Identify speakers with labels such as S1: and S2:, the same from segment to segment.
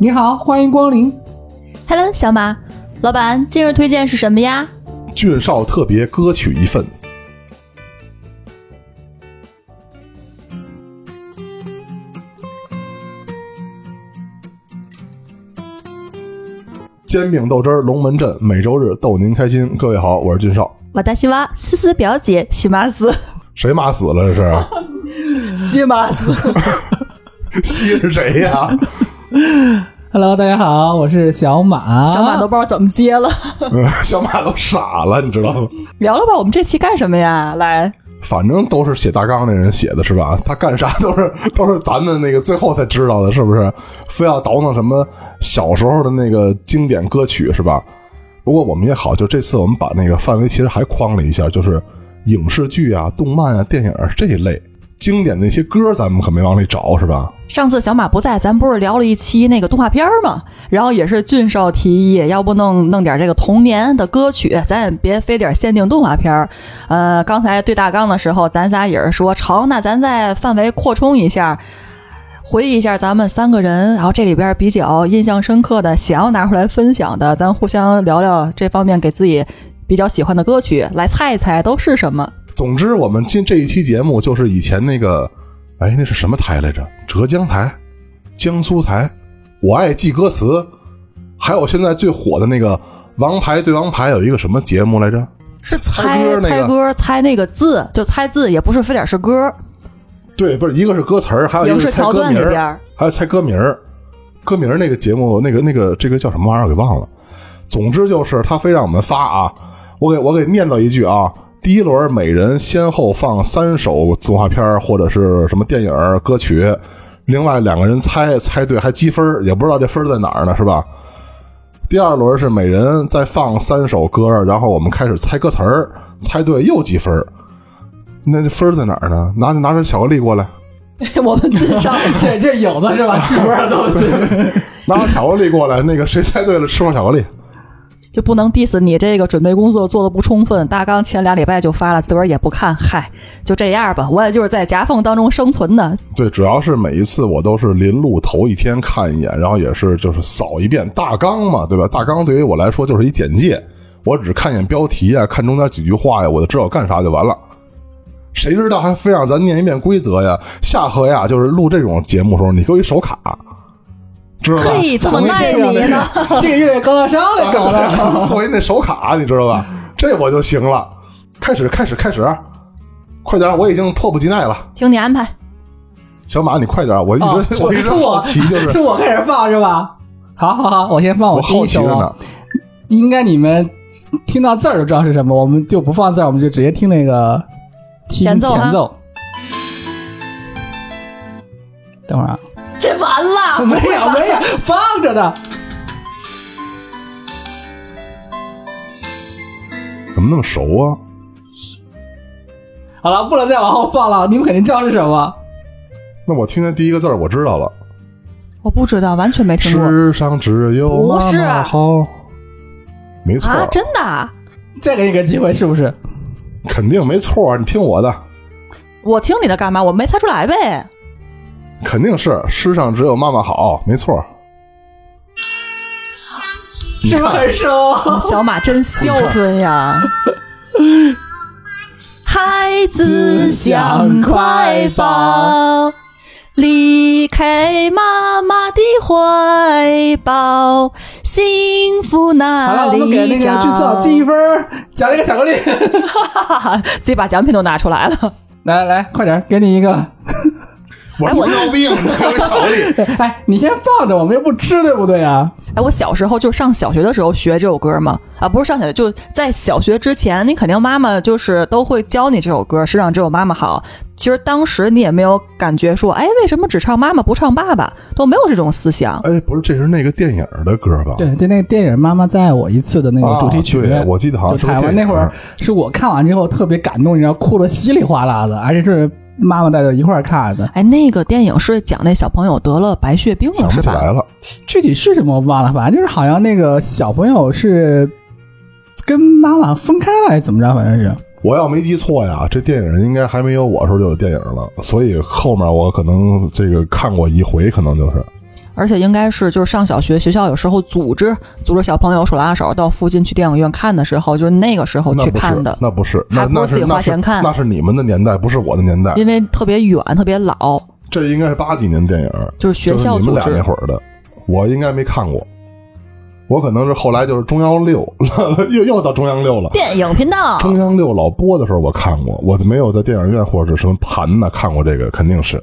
S1: 你好，欢迎光临。
S2: Hello，小马，老板，今日推荐是什么呀？
S3: 俊少特别歌曲一份。煎饼豆汁儿，龙门镇，每周日逗您开心。各位好，我是俊少。
S2: 瓦达西娃，思思表姐，喜马斯，
S3: 谁骂死了这是？
S2: 西马斯，
S3: 西是谁呀？
S1: Hello，大家好，我是小马。
S2: 小马都不知道怎么接了。
S3: 嗯小马都傻了，你知道吗？
S2: 聊聊吧，我们这期干什么呀？来，
S3: 反正都是写大纲那人写的是吧？ 他干啥都是都是咱们那个最后才知道的，是不是？非要倒腾什么小时候的那个经典歌曲是吧？不过我们也好，就这次我们把那个范围其实还框了一下，就是影视剧啊、动漫啊、电影啊这一类经典的一些歌，咱们可没往里找是吧？
S2: 上次小马不在，咱不是聊了一期那个动画片儿吗？然后也是俊少提议，要不弄弄点这个童年的歌曲，咱也别非得限定动画片儿。呃，刚才对大纲的时候，咱仨也是说，成，那咱再范围扩充一下，回忆一下咱们三个人，然后这里边比较印象深刻的，想要拿出来分享的，咱互相聊聊这方面给自己比较喜欢的歌曲，来猜一猜都是什么。
S3: 总之，我们今这一期节目就是以前那个，哎，那是什么台来着？浙江台、江苏台，我爱记歌词，还有现在最火的那个《王牌对王牌》，有一个什么节目来着？
S2: 是
S3: 猜歌那
S2: 猜
S3: 个？
S2: 歌，猜那个字，就猜字，也不是非得是歌。
S3: 对，不是一个是歌词儿，还有一
S2: 影
S3: 个是
S2: 视
S3: 猜
S2: 桥
S3: 歌
S2: 段
S3: 名
S2: 里
S3: 儿
S2: 边儿，
S3: 还有猜歌名儿，歌名儿那个节目，那个那个这个叫什么玩意儿我给忘了。总之就是他非让我们发啊，我给我给念叨一句啊，第一轮每人先后放三首动画片儿或者是什么电影儿歌曲，另外两个人猜猜对还积分儿，也不知道这分儿在哪儿呢，是吧？第二轮是每人再放三首歌，然后我们开始猜歌词儿，猜对又积分儿。那这分儿在哪儿呢？拿拿着巧克力过来。
S2: 我们俊 少
S1: 这这影子是 吧？基本上都是。
S3: 拿巧克力过来，那个谁猜对了吃块巧克力。
S2: 就不能 diss 你这个准备工作做的不充分，大纲前俩礼拜就发了，自个儿也不看，嗨，就这样吧，我也就是在夹缝当中生存的。
S3: 对，主要是每一次我都是临录头一天看一眼，然后也是就是扫一遍大纲嘛，对吧？大纲对于我来说就是一简介，我只看一眼标题啊，看中间几句话呀，我就知道我干啥就完了。谁知道还非让咱念一遍规则呀？下回呀，就是录这种节目的时候，你给我一手卡，知道吧？
S2: 嘿，这么
S3: 送一
S2: 卖
S3: 这个
S2: 力呢？
S1: 这个有点高大上了，搞的。
S3: 的，送一那手卡，你知道吧？这我就行了。开始，开始，开始，啊快点！我已经迫不及耐了。
S2: 听你安排，
S3: 小马，你快点！我一直、
S1: 哦是
S3: 我一直
S1: 是我
S3: 好奇，就是
S1: 是我开始放是吧？好好好，我先放
S3: 我
S1: 第
S3: 好
S1: 一
S3: 奇着
S1: 首啊。
S3: 呢。
S1: 应该你们听到字儿就知道是什么，我们就不放字儿，我们就直接听那个听
S2: 前奏啊
S1: 前奏。等会儿啊，
S2: 这完了
S1: 没有没有，放着呢。
S3: 怎么那么熟啊？
S1: 好了，不能再往后放了，你们肯定知道是什么。
S3: 那我听见第一个字儿，我知道了。
S2: 我不知道，完全没听过
S3: 世上只有
S2: 不
S3: 妈
S2: 是
S3: 妈好，没错，
S2: 啊，真的啊，
S1: 再给你个机会，是不是？
S3: 肯定没错。你听我的，
S2: 我听你的干嘛？我没猜出来呗。
S3: 肯定是世上只有妈妈好，没错。
S1: 是哎不是很熟？
S2: 小马真孝顺呀！ 孩子像块宝，离开妈妈的怀抱，幸福
S1: 好了，
S2: 哪
S1: 我们给那
S2: 里
S1: 个
S2: 找？
S1: 剧嫂 记一分儿，奖励个巧克力。
S2: 自己把奖品都拿出来了。
S1: 来来，快点，给你一个。
S3: 我我有病，你还有巧克 力。
S1: 哎，你先放着，我们又不吃，对不对啊？
S2: 哎，我小时候就上小学的时候学这首歌嘛，啊，不是上小学，就在小学之前，你肯定妈妈就是都会教你这首歌，世上只有妈妈好。其实当时你也没有感觉说，哎，为什么只唱妈妈不唱爸爸，都没有这种思想。
S3: 哎，不是，这是那个电影的歌吧？
S1: 对，就那个电影《妈妈再爱我一次》的那个主题曲，
S3: 啊对我记得好像是
S1: 就
S3: 个
S1: 台湾
S3: 电
S1: 那
S3: 影
S1: 会儿，是我看完之后特别感动，然后哭的稀里哗啦的，而且是妈妈带着一块儿看的。
S2: 哎，那个电影是讲那小朋友得了白血病
S3: 想
S2: 了，
S3: 不
S2: 是
S3: 起
S2: 吧？
S3: 来了。
S1: 具体是什么我忘了，反正就是好像那个小朋友是跟妈妈分开了，还是怎么着？反正是
S3: 我要没记错呀，这电影应该还没有我时候就有电影了，所以后面我可能这个看过一回，可能就是。
S2: 而且应该是就是上小学，学校有时候组织组织小朋友手拉手到附近去电影院看的时候，就是那个时候
S3: 那
S2: 哦去
S3: 不是
S2: 看的，
S3: 那不是，那
S2: 还不
S3: 那
S2: 是自己
S3: 那
S2: 花钱看
S3: 那是你们的年代，不是我的年代。
S2: 因为特别远，特别老，
S3: 这应该是八几年电影，
S2: 就是学校
S3: 就是
S2: 组
S3: 你们俩
S2: 织。
S3: 那会儿的，我应该没看过。我可能是后来就是中央六， 又又到中央六了。
S2: 电影频道，
S3: 中央六老播的时候我看过，我没有在电影院或者什么盘呢看过这个，肯定是，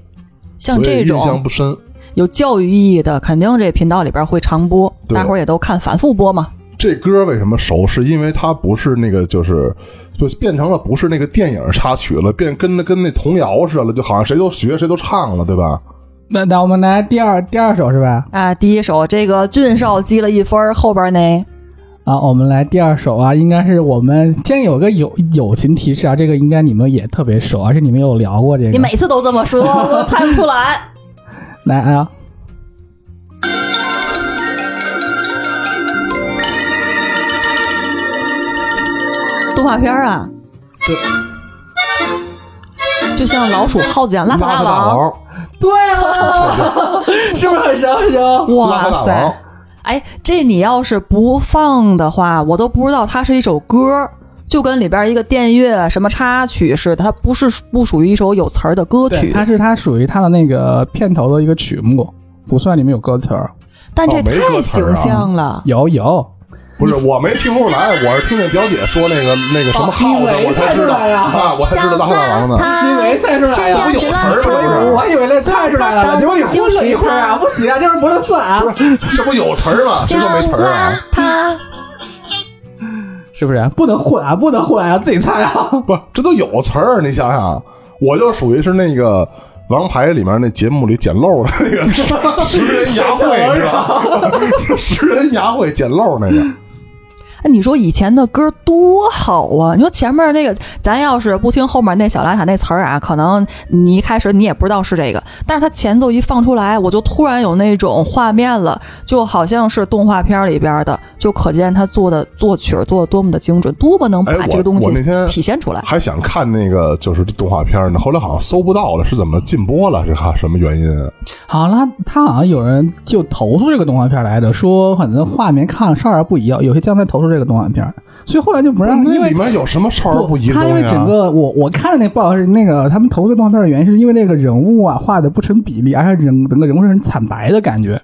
S2: 像
S3: 所以
S2: 这
S3: 印象
S2: 种
S3: 不深。
S2: 有教育意义的，肯定这频道里边会常播，
S3: 对
S2: 大伙儿也都看反复播嘛。
S3: 这歌为什么熟？是因为它不是那个，就是就变成了不是那个电影插曲了，变跟那跟那童谣似的了，就好像谁都学谁都唱了，对吧？
S1: 那那我们来第二第二首是吧？
S2: 啊，第一首这个俊少积了一分儿，后边
S3: 哎
S2: 呢，
S1: 啊，我们来第二首啊，应该是我们先有个友友情提示啊，这个应该你们也特别熟，而且你们有聊过这
S2: 你
S1: 个。
S2: 每次都这么 说，我都猜不出来。
S1: 来啊，
S2: 动画片儿啊，就像老鼠、耗子一样，拉普
S3: 拉
S2: 大
S3: 夫大
S2: 王。
S3: 王，
S1: 对了，是不是很熟很熟？
S3: 啊拉
S2: 哇
S3: 夫大王
S2: 塞！，哎，这你要是不放的话，我都不知道它是一首歌，就跟里边一个电乐什么插曲似的，它不是不属于一首有词儿的歌
S1: 对，
S2: 曲。
S1: 它是它属于它的那个片头的一个曲目，不算里面有歌词儿。
S2: 但这
S3: 哦没歌
S2: 太
S3: 词儿
S2: 形
S3: 啊
S2: 象了。
S1: 有有，
S3: 不是我没听出来，我是听见表姐说那个那个什么耗子，
S1: 哦你
S3: 我
S1: 没
S3: 才知道
S1: 看出来啊
S3: 啊，我才知道拉夫大王呢。
S1: 你没猜出来
S2: 这
S1: 呀
S2: 样？
S3: 不有词儿吗不是
S1: 我还以为那猜出来了，结果你忽悠一会儿啊！不行啊，这玩意儿不能算啊，
S3: 这不有词儿吗？这就没词儿啊？
S2: 他
S1: 是不是？不能混啊，不能混啊，自己猜啊！
S3: 不，这都有词儿，你想想，我就属于是那个。王牌里面那节目里捡漏的那 个十十人牙慧是吧？十人牙慧捡漏那个，
S2: 哎，你说以前的歌多好啊！你说前面那个，咱要是不听后面那小拉塔那词儿啊，可能你一开始你也不知道是这个，但是它前奏一放出来，我就突然有那种画面了，就好像是动画片里边的，就可见他做的作曲做的多么的精准，多么能
S3: 哎
S2: 把
S3: 我
S2: 这个东西
S3: 我那天
S2: 体现出来。
S3: 还想看那个就是动画片呢，后来好像搜不到了，是怎么禁播了？是哈什么原因啊？
S1: 好啦，他好像有人就投诉这个动画片来着，说可能画面看了少儿不宜啊，有些将才投诉这个动画片，所以后来就不让，因
S3: 那
S1: 为
S3: 里面有什么少儿不宜的
S1: 他因
S3: 东
S1: 为
S3: 西
S1: 整
S3: 啊？
S1: 个我我看的那报是那个他们投的动画片的原因，是因为那个人物啊画的不成比例，而且整整个人物是很惨白的感觉，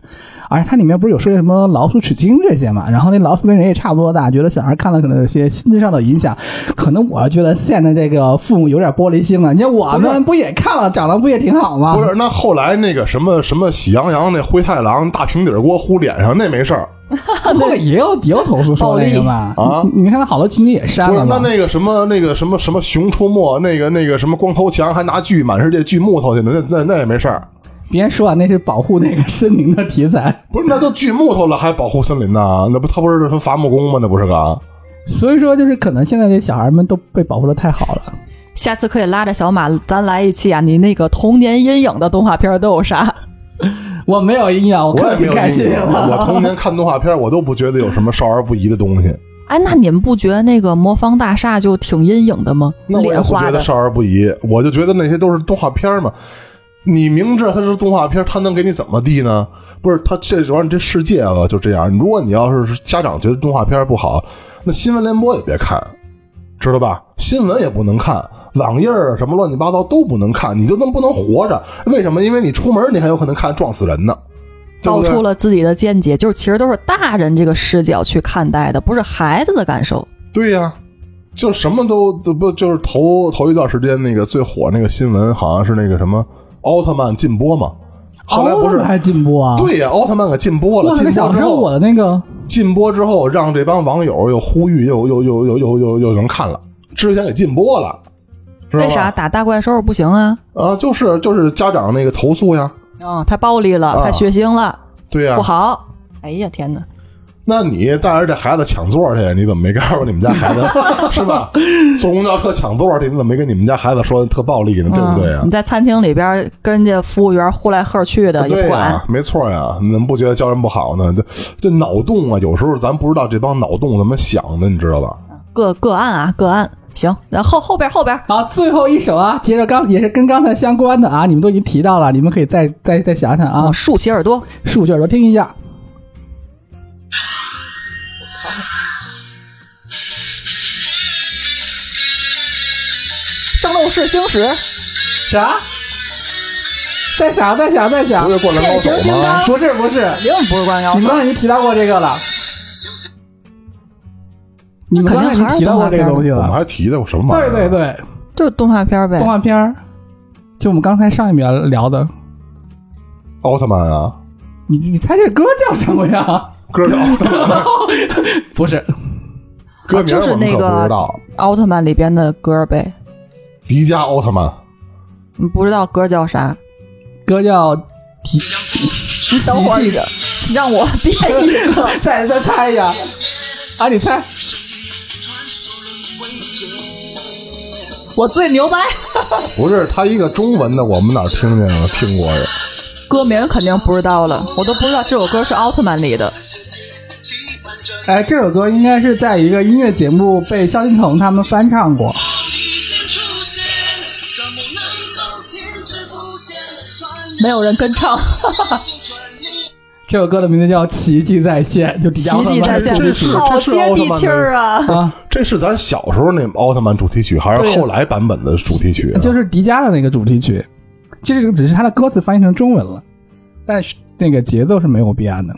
S1: 而且它里面不是有说什么老鼠取经这些嘛，然后那老鼠跟人也差不多大，觉得小孩看了可能有些心智上的影响，可能我觉得现在这个父母有点玻璃心了，你看我们不也看了，长得不也挺好吗？
S3: 不是，那后来那个什么什么喜羊羊那灰太狼大平底锅糊脸上那没事儿，
S1: 后来也有也有投诉说那个嘛，
S3: 暴力啊
S1: 你你看他好多情节也删
S3: 不是
S1: 了，
S3: 那
S1: 嘛。
S3: 那个什么那个什么什么熊出没，那个那个什么光头强还拿锯满世界锯木头去呢，那那那也没事儿。
S1: 别说啊，那是保护那个 森林的题材，
S3: 不是，那都锯木头了，还保护森林呢？那不他不是什么伐木工吗？那不是个？
S1: 所以说就是可能现在这小孩们都被保护的太好了。
S2: 下次可以拉着小马，咱来一期啊！你那个童年阴影的动画片都有啥？
S1: 我没有阴阳，我
S3: 我
S1: 看
S3: 也
S1: 得
S3: 没
S1: 挺
S3: 有
S1: 开心
S3: 阴影， 我
S1: 的。
S3: 童年看动画片，我都不觉得有什么少儿不宜的东西，
S2: 哎，那你们不觉得那个魔方大厦就挺阴影的吗？
S3: 那我也
S2: 脸
S3: 不
S2: 花
S3: 觉得
S2: 的。
S3: 少儿不宜，我就觉得那些都是动画片嘛。你明知道它是动画片，它能给你怎么地呢？不是，它这玩意儿这世界啊就这样。如果你要是家长觉得动画片不好，那新闻联播也别看，知道吧？新闻也不能看，网页儿啊什么乱七八糟都不能看，你就能不能活着？为什么？因为你出门你还有可能看撞死人呢，对
S2: 道
S3: 不对
S2: 出了自己的见解，就是其实都是大人这个视角去看待的，不是孩子的感受。
S3: 对呀、就什么都都不就是头头一段时间那个最火那个新闻，好像是那个什么奥特曼禁播嘛。后来不是
S1: 奥特曼还进步啊？，
S3: 对呀、奥特曼给禁播了。
S1: 哇，那
S3: 禁
S1: 个
S3: 播
S1: 小
S3: 之
S1: 时候我
S3: 后，
S1: 的那个
S3: 禁播之后，让这帮网友又呼吁，又又又又又又又能看了。之前给禁播了，知道
S2: 为啥
S3: 吧？
S2: 打大怪兽不行啊？
S3: 啊，就是就是家长那个投诉呀，
S2: 嗯，太暴力了，
S3: 啊
S2: 太血腥了，
S3: 对呀、
S2: 不好。哎呀天哪！
S3: 那你带着这孩子抢座去，你怎么没告诉你们家孩子是吧？坐公交车抢座去，你怎么没跟你们家孩子说特暴力呢？对不对呀、啊
S2: 嗯你在餐厅里边跟人家服务员呼来喝去的，也
S3: 啊对
S2: 不
S3: 呀、
S2: 管。
S3: 没错呀、你怎么不觉得教人不好呢？这这脑洞啊，有时候咱不知道这帮脑洞怎么想的，你知道吧？
S2: 个个案啊，个案。行，然后后边后边
S1: 好，最后一首啊，接着刚也是跟刚才相关的啊，你们都已经提到了，你们可以再再再想想啊
S2: 我，竖起耳朵，
S1: 竖起耳朵听一下。
S2: 圣斗士星矢，
S1: 啥？再想再想再想哎
S3: 不，是灌篮高手
S2: 变形金
S3: 吗
S2: 刚？
S1: 不是不是，
S2: 肯定不是灌篮高
S1: 你们
S2: 手
S1: 刚，才已经提到过这个了。你们刚才已经提到过这个东西
S3: 我们
S1: 了，
S3: 还提的过什么玩意
S1: 对
S3: 儿？
S1: 啊
S3: 啊
S1: 对，对，
S2: 就是动画片呗
S1: 动。画片儿，就我们刚才上一秒聊的，
S3: 奥特曼啊，
S1: 你你猜这歌叫什么呀？
S3: 哥儿奥特曼，
S1: 不是，
S3: 歌名
S2: 就
S3: 儿
S2: 是
S3: 我们
S2: 那
S3: 可
S2: 个
S3: 不知道。
S2: 奥特曼里边的歌呗，
S3: 迪迦奥特曼，
S2: 你不知道歌叫啥？
S1: 歌叫《奇奇
S2: 等会儿
S1: 迹》的，
S2: 让我变一个。
S1: 再再猜一下啊！你猜，
S2: 我最牛掰，
S3: 不是他一个中文的，我们哪儿听见了？听过呀？
S2: 歌名肯定不知道了，我都不知道这首歌是奥特曼里的。
S1: 哎，这首歌应该是在一个音乐节目被萧敬腾他们翻唱过。
S2: 没有人跟唱，
S1: 这首歌的名字叫《奇迹在线》，就迪迦
S2: 奇
S1: 奥特曼
S2: 迹在线
S1: 主题
S3: 这是，
S2: 好
S3: 这是
S2: 接地气儿啊！
S1: 曲啊，
S3: 这是咱小时候那奥特曼主题曲，还
S2: 对
S3: 是后来版本的主题曲啊？
S1: 就是迪迦的那个主题曲。这是只是它的歌词翻译成中文了，但是那个节奏是没有变的。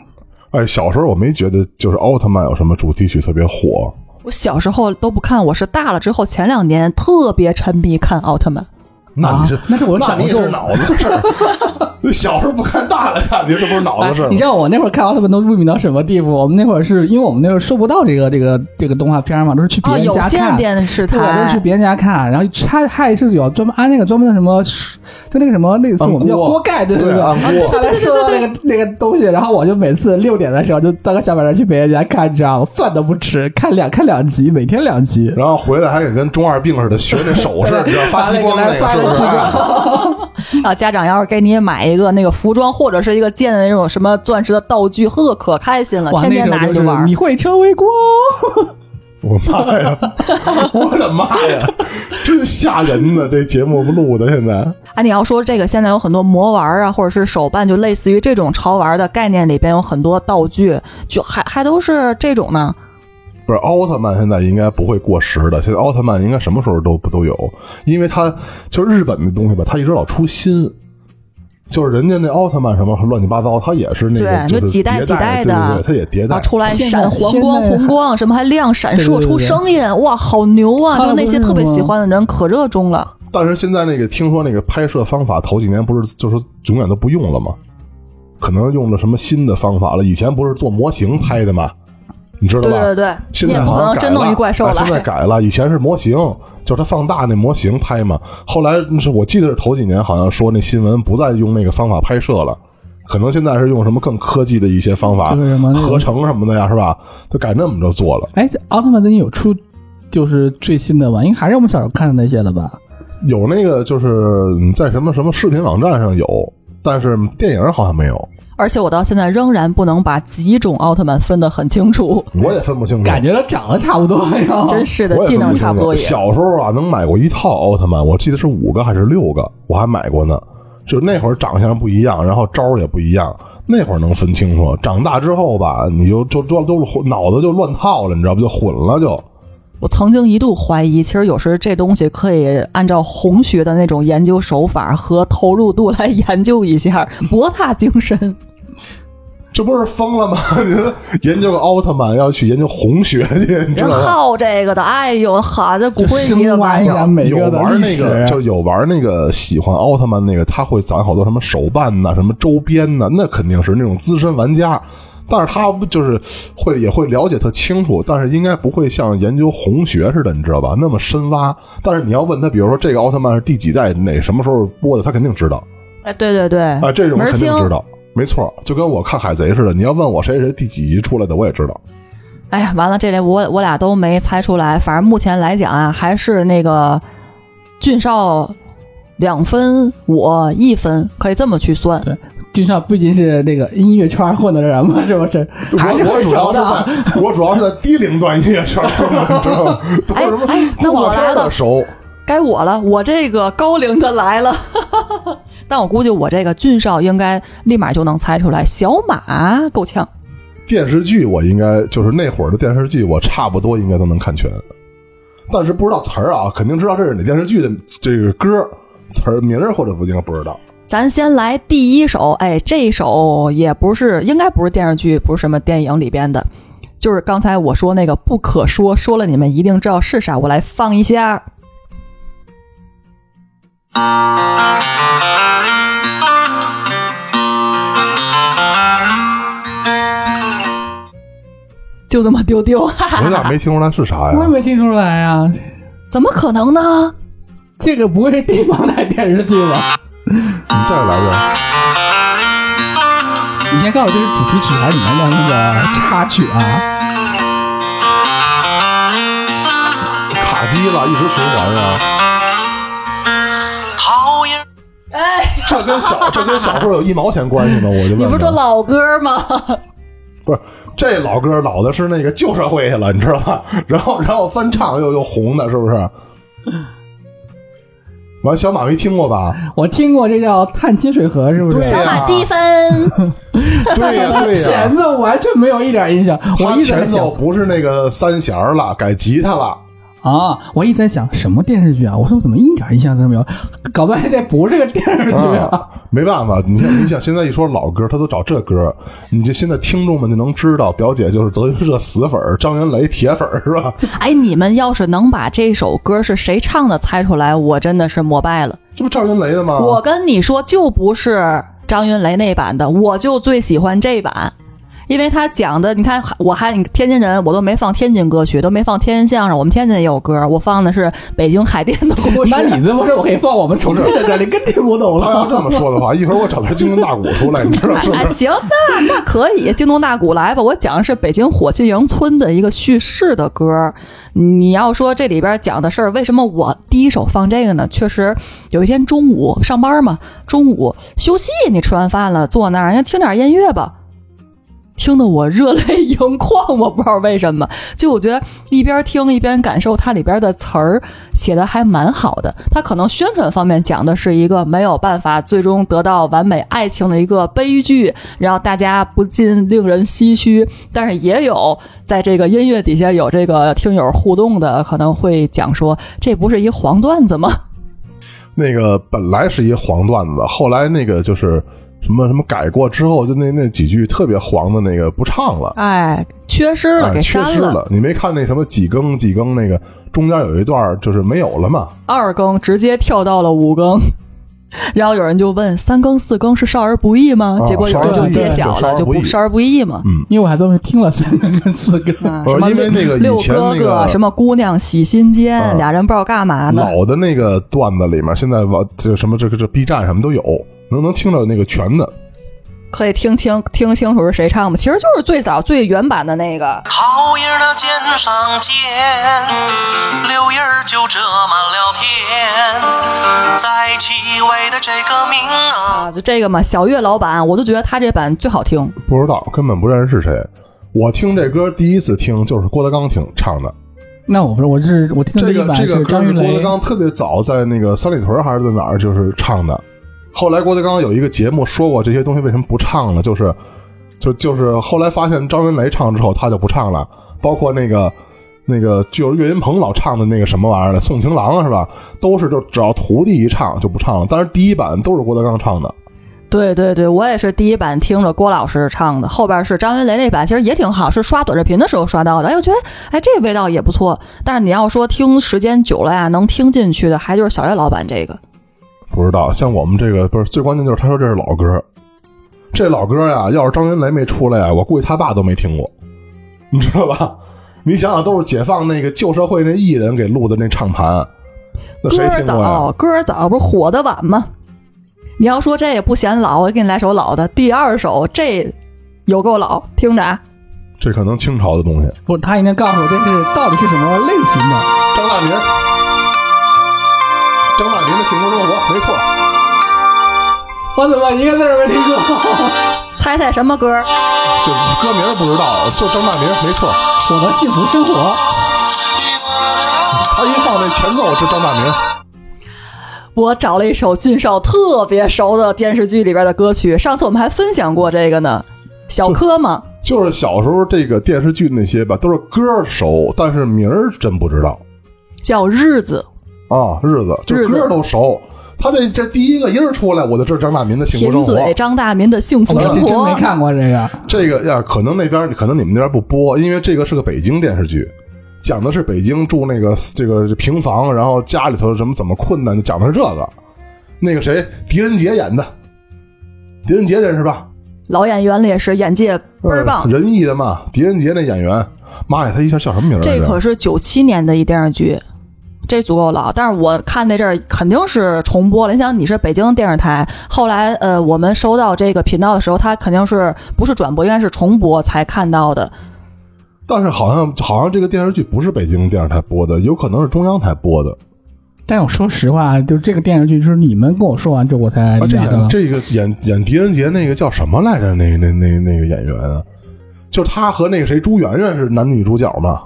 S3: 哎，小时候我没觉得就是奥特曼有什么主题曲特别火，
S2: 我小时候都不看，我是大了之后前两年特别沉迷看奥特曼。
S3: 那你是、
S1: 啊那是我小时候
S3: 那你也是脑子事儿。 你小时候不看大了看，你这不是脑子事儿
S1: 哎
S3: 吗？
S1: 你知道我那会儿看奥特曼都入迷到什么地步？我们那会儿是因为我们那会儿收不到这个这个这个动画片嘛，都是去别
S2: 哦，
S1: 人
S2: 有
S1: 家
S2: 线
S1: 看。
S2: 电视
S1: 对，都是去
S2: 台，
S1: 别人家看，然后他他也是有专门安那个专门的什么，就那个什么类似
S3: 按
S1: 我们叫
S3: 锅
S1: 锅盖，对
S3: 对
S1: 对，
S3: 按锅
S1: 他来收到那个那个东西，然后我就每次六点的时候就当个小板凳去别人家看，你知道吗？饭都不吃，看两看两集，每天两集。
S3: 然后回来还得跟中二病似的学那手势，你知道发激光
S1: 来
S3: 那
S1: 发
S3: 个是
S1: 了
S3: 不
S1: 激
S3: 是？
S1: 光，
S2: 啊，家长要是给你买一个那个服装或者是一个剑的那种什么钻石的道具，呵，可开心了，
S1: 哇，
S2: 啊天
S1: 那
S2: 天
S1: 时
S2: 拿
S1: 候
S2: 着
S1: 就
S2: 就是玩儿。
S1: 你会成为光。
S3: 我妈呀！我的妈呀！真吓人呢！这节目录的现在，
S2: 啊，你要说这个，现在有很多魔玩儿啊，或者是手办，就类似于这种潮玩儿的概念里边有很多道具，就还还都是这种呢。
S3: 不是奥特曼现在应该不会过时的。现在奥特曼应该什么时候都不都有，因为它就是日本的东西吧，它一直老出新。就是人家那奥特曼什么乱七八糟，它也是那个
S2: 对
S3: 就是
S2: 就几代
S3: 迭
S2: 几代
S3: 对
S2: 的
S3: 对对，它也迭
S2: 然后
S3: 代。
S2: 出来
S1: 现在
S2: 闪黄光、
S1: 现在
S2: 红光，什么还亮闪
S1: 对对
S2: 烁
S1: 对
S2: 出
S1: 对
S2: 声音，哇，好牛啊！
S1: 看
S2: 就
S1: 了
S2: 那
S1: 不
S2: 些
S1: 是
S2: 特别
S1: 吗
S2: 喜欢的人可热衷了。
S3: 但是现在那个听说那个拍摄方法头几年不是就是永远都不用了吗？可能用了什么新的方法了？以前不是做模型拍的吗？你知道吧？
S2: 对对对，
S3: 现
S2: 你也
S3: 在
S2: 不
S3: 好
S2: 能
S3: 像改
S2: 真弄一
S3: 了
S2: 怪兽
S3: 哎
S2: 来
S3: 现。在改了，以前是模型，就是它放大那模型拍嘛。后来是我记得是头几年好像说那新闻不再用那个方法拍摄了，可能现在是用什么更科技的一些方法
S1: 就是什么那种
S3: 合成什么的呀，是吧？都改那么着做了。
S1: 哎，这奥特曼最近有出就是最新的吧？应该还是我们小时候看的那些了吧？
S3: 有那个就是你在什么什么视频网站上有，但是电影好像没有，
S2: 而且我到现在仍然不能把几种奥特曼分得很清楚，
S3: 我也分不清楚。
S1: 感觉都长得差不多，然后
S2: 真是的
S3: 啊我，也
S2: 技
S3: 分
S2: 能
S3: 清
S2: 差不
S3: 楚
S2: 多也。
S3: 小时候啊，能买过一套奥特曼，我记得是五个还是六个，我还买过呢。就那会儿长相不一样，然后招儿也不一样，那会儿能分清楚。长大之后吧，你就就就就脑子就乱套了，你知道不？就混了就。
S2: 我曾经一度怀疑，其实有时这东西可以按照红学的那种研究手法和投入度来研究一下，博大精深。
S3: 这不是疯了吗？你说研究个奥特曼要去研究红学去，你知
S2: 人
S3: 道吗？
S2: 好这个的，哎呦，哈，这骨
S1: 就
S2: 灰级的
S1: 深挖
S2: 玩
S1: 一
S2: 意
S1: 下
S2: 儿。
S1: 每
S3: 有
S1: 个的
S3: 玩
S1: 历
S3: 那
S1: 史
S3: 个，就有玩那个喜欢奥特曼那个，他会攒好多什么手办呐、什么周边呐、那肯定是那种资深玩家。但是他不就是会也会了解特清楚，但是应该不会像研究红学似的，你知道吧？那么深挖。但是你要问他，比如说这个奥特曼是第几代，哪什么时候播的，他肯定知道
S2: 哎，对对对，
S3: 啊、这种
S2: 门儿
S3: 肯定
S2: 清
S3: 知道。没错，就跟我看海贼似的，你要问我谁谁第几集出来的，我也知道。
S2: 哎呀，完了，这类我我俩都没猜出来。反正目前来讲啊，还是那个俊少两分我一分，可以这么去算。
S1: 对，君少不仅是那个音乐圈混的人嘛，是不是？还是
S3: 我我
S1: 很
S3: 主
S1: 熟
S3: 要
S1: 的啊。
S3: 是在，我主要是在低龄段音乐圈混的，你知道 吗？都
S2: 哎
S3: 是什么
S2: 哎那
S3: 动
S2: 我
S3: 画片
S2: 来
S3: 儿
S2: 了
S3: 的熟，
S2: 该我了，我这个高龄的来了。 但我估计我这个俊少应该立马就能猜出来，小马够呛。
S3: 电视剧我应该就是那会儿的电视剧，我差不多应该都能看全，但是不知道词儿啊，肯定知道这是哪电视剧的这个歌词儿名儿，或者不应该不知道。
S2: 咱先来第一首，哎，这首也不是，应该不是电视剧，不是什么电影里边的，就是刚才我说那个不可说，说了你们一定知道是啥。我来放一下，就这么丢丢，哈哈
S3: 我咋没听出来是啥
S1: 我也
S3: 呀？
S1: 没听出来啊，
S2: 怎么可能呢？
S1: 这个不会是地方台电视剧吧？
S3: 你再来一遍。
S1: 你先告诉我这是主题曲还是里面的那个插曲啊？
S3: 卡机了，一直循环啊！
S4: 讨厌
S2: 哎，
S3: 这跟小这跟小时候有一毛钱关系吗？我就问
S2: 你不是说
S3: 了，
S2: 老歌吗？
S3: 不是这老歌老的是那个旧社会去了，你知道吧？然后然后翻唱又又红的，是不是？完，小马没听过吧？
S1: 我听过，这叫《探清水河》，是不是？
S3: 对
S2: 小
S3: 呀
S2: 马积分，
S3: 对呀、
S1: 他
S3: 对 呀、
S1: 前奏完全没有一点印象，
S2: 啊
S1: 我
S3: 他
S1: 一直在
S3: 前
S1: 想
S3: 奏不是那个三弦儿了，改吉他了。
S1: 啊，我一直在想什么电视剧啊？我说我怎么一点印象都没有？搞半天这不是个电视剧啊！
S3: 啊，没办法，你看，你想现在一说老歌，他都找这歌，你就现在听众们就能知道，表姐就是德云社死粉儿，张元雷铁粉儿是吧？
S2: 哎，你们要是能把这首歌是谁唱的猜出来，我真的是膜拜了。
S3: 这不张云雷的
S1: 哦
S3: 吗？
S2: 我跟你说，就不是张云雷那版的，我就最喜欢这版，因为他讲的，你看，我还天津人，我都没放天津歌曲，都没放天津相声，我们天津也有歌，我放的是北京海淀的故事
S1: 那。
S3: 啊
S1: 你这么说，我可以放我们重庆的歌，你更听不懂
S3: 他要
S1: 了。
S3: 这么说的话，一会儿我找段京东大鼓出来，你知道
S2: 哎
S3: 是 不
S2: 哎，
S3: 是？
S2: 行，那那可以，京东大鼓来吧。我讲的是北京火器营村的一个叙事的歌。你要说这里边讲的事儿，为什么我第一首放这个呢？确实，有一天中午上班嘛，中午休息，你吃完饭了，坐那儿，人家听点音乐吧。听得我热泪盈眶，我不知道为什么，就我觉得一边听一边感受它里边的词儿写的还蛮好的。它可能宣传方面讲的是一个没有办法最终得到完美爱情的一个悲剧，然后大家不禁令人唏嘘。但是也有在这个音乐底下有这个听友互动的，可能会讲说这不是一黄段子吗？
S3: 那个本来是一黄段子，后来那个就是什么什么改过之后，就那那几句特别黄的那个不唱了。
S2: 哎，缺失了，
S3: 哎
S2: 给删
S3: 缺失了，你没看那什么几更几更那个中间有一段儿就是没有了嘛？
S2: 二更直接跳到了五更。 然后有人就问三更四更是少儿不宜吗？
S3: 啊
S2: 结果有人就揭晓了，
S3: 少
S2: 就
S3: 儿不宜
S2: 不少儿不宜嘛。
S1: 因为我还专门听了三个跟四个，
S2: 啊
S3: 呃
S2: 什么
S3: 因为那个
S2: 六
S3: 以前
S2: 哥
S3: 那
S2: 哥
S3: 个
S2: 什么姑娘洗心间，
S3: 嗯
S2: 俩人不知道干嘛呢。
S3: 老的那个段子里面，现在网这什么这个这 B 站什么都有，能能听着那个全的。
S2: 可以听清听清楚是谁唱吗？其实就是最早最原版的那个。
S4: 桃叶儿的肩上肩，柳叶儿就遮满了天，在气味的这个名啊，
S2: 啊，就这个嘛，小岳老板，我就觉得他这版最好听。
S3: 不知道，根本不认识是谁。我听这歌第一次听就是郭德纲听唱的，
S1: 那我不是，我是我听的第
S3: 这
S1: 一
S3: 个
S1: 版
S3: 这个
S1: 是
S3: 歌
S1: 张
S3: 是
S1: 云
S3: 郭
S1: 雷
S3: 德，纲特别早在那个三里屯还是在哪儿就是唱的。后来郭德纲有一个节目说过这些东西为什么不唱了，就是就就是后来发现张云雷唱之后他就不唱了，包括那个那个就是岳云鹏老唱的那个什么玩意儿的《送情郎》啊是吧？都是就只要徒弟一唱就不唱了，但是第一版都是郭德纲唱的。
S2: 对对对，我也是第一版听着郭老师唱的，后边是张云雷那版，其实也挺好，是刷短视频的时候刷到的。哎，我觉得哎这味道也不错。但是你要说听时间久了呀，能听进去的还就是小岳老板这个。
S3: 不知道，像我们这个不是最关键就是他说这是老歌，这老歌呀，要是张云雷没出来呀，我估计他爸都没听过，你知道吧？ 你想想，都是解放那个旧社会那艺人给录的那唱盘，那
S2: 歌
S3: 谁
S2: 儿
S3: 听过呀
S2: 早，？歌儿早不是火的晚吗？你要说这也不显老，我给你来首老的，第二首这有够老，听着啊。
S3: 这可能清朝的东西。
S1: 不，他应该告诉我这是到底是什么类型的。
S3: 张大民，张大民的《幸福生活》，没错。
S1: 我怎么一个字儿没听过？
S2: 猜猜什么歌？
S3: 就歌名儿不知道，就张大民，没错。
S1: 我的幸福生活，
S3: 他一放那前奏是张大民，
S2: 我找了一首俊少特别熟的电视剧里边的歌曲，上次我们还分享过这个呢。小柯嘛，
S3: 就是小时候这个电视剧那些吧，都是歌儿熟，但是名儿真不知道
S2: 叫《日子
S3: 啊。日子就
S2: 日子
S3: 歌儿都熟，他这这第一个音儿出来，我就知道张大民的》，幸
S2: 贫
S3: 福生
S2: 嘴
S3: 活。
S2: 张大民的《幸福
S1: 我
S2: 生
S1: 哦这真
S2: 活
S1: 没》。看过这个。
S3: 这个呀，可能那边可能你们那边不播，因为这个是个北京电视剧，讲的是北京住那个这个平房，然后家里头什么怎么困难，就讲的是这个。那个谁，狄仁杰演的，狄仁杰认识吧？
S2: 老演员了也是，演技倍儿棒
S3: 嗯。仁义的嘛，狄仁杰那演员，妈呀，他一下叫什么名儿来着？
S2: 这可是九七年的一电视剧，这足够老。但是我看那阵儿肯定是重播了。你想，你是北京电视台，后来呃，我们收到这个频道的时候，它肯定是不是转播，应该是重播才看到的。
S3: 但是好像好像这个电视剧不是北京电视台播的，有可能是中央台播的。
S1: 但我说实话，啊就这个电视剧，就是你们跟我说完之后，我才
S3: 啊，
S1: 明
S3: 这
S1: 白的
S3: 演。这个演演狄仁杰那个叫什么来着？那个那那那个演员啊，就是他和那个谁朱媛媛是男女主角嘛，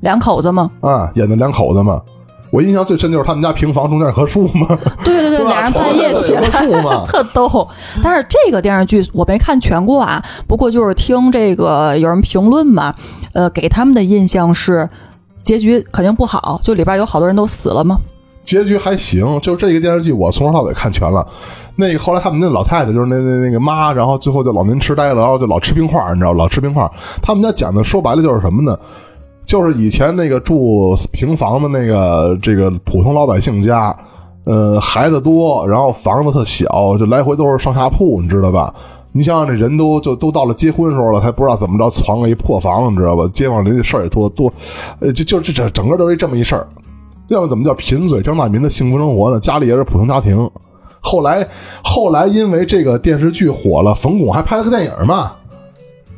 S2: 两口子嘛，
S3: 啊，演的两口子嘛。我印象最深就是他们家平房中间有棵树嘛，
S2: 对对对，
S3: 吧
S2: 俩人半夜起来
S3: 床上有棵 树嘛，
S2: 特逗。但是这个电视剧我没看全过啊，不过就是听这个有人评论嘛，呃，给他们的印象是结局肯定不好，就里边有好多人都死了嘛。
S3: 结局还行。就这个电视剧我从头到尾看全了。那个后来他们那老太太就是那那那个妈，然后最后就老年痴呆了，然后就老吃冰块儿，你知道老吃冰块儿。他们家讲的说白了就是什么呢？就是以前那个住平房的那个这个普通老百姓家，呃，孩子多，然后房子特小，就来回都是上下铺，你知道吧？你想想，这人都就都到了结婚时候了，还不知道怎么着，藏了一破房，你知道吧？街坊邻居事儿也多多，呃，就就这这整个都是这么一事儿。要不怎么叫贫嘴张大民的幸福生活呢？家里也是普通家庭。后来后来因为这个电视剧火了，冯巩还拍了个电影嘛，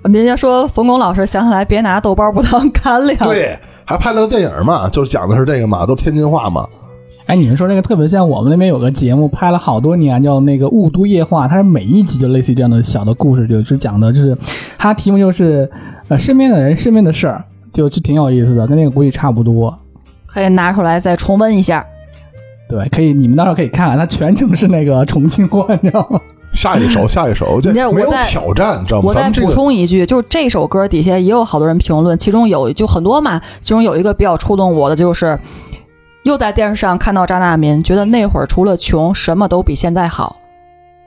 S2: 人家说冯巩老师想起来别拿豆包不当干粮，
S3: 对，还拍了个电影嘛，就是讲的是这个嘛，都天津话嘛。
S1: 哎，你们说这个特别像我们那边有个节目，拍了好多年，啊叫那个《雾都夜话》，它是每一集就类似于这样的小的故事，就是讲的，就是它题目就是呃身边的人身边的事儿，就就挺有意思的，跟那个估计差不多。
S2: 可以拿出来再重温一下。
S1: 对，可以，你们到时候可以看看，啊它全程是那个重庆话，你知道 吗？
S3: 下一首，下一首，这
S2: 你看我
S3: 没有
S2: 再
S3: 挑战，知道吗？
S2: 我
S3: 咱
S2: 再
S3: 们这
S2: 补
S3: 个
S2: 充一句，就是这首歌底下也有好多人评论，其中有就很多嘛，其中有一个比较触动我的就是，又在电视上看到张大民，觉得那会儿除了穷，什么都比现在好。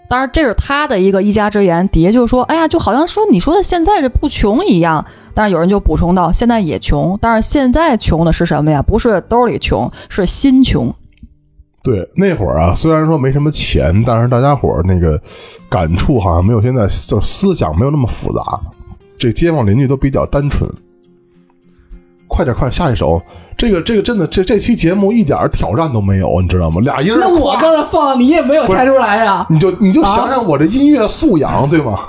S2: 当然，这是他的一个一家之言。底下就说：“哎呀，就好像说你说的现在这不穷一样。”但是有人就补充到：“现在也穷，但是现在穷的是什么呀？不是兜里穷，是心穷。
S3: 对那会儿啊，虽然说没什么钱，但是大家伙儿那个感触好像没有现在，就是思想没有那么复杂。这街坊邻居都比较单纯。快点，快点，下一首。这个，这个真的，这这期节目一点儿挑战都没有，你知道吗？俩音儿，
S1: 刚才放你也没有
S3: 猜
S1: 出来啊呀、
S3: 你就你就想想我这音乐素养，对吗？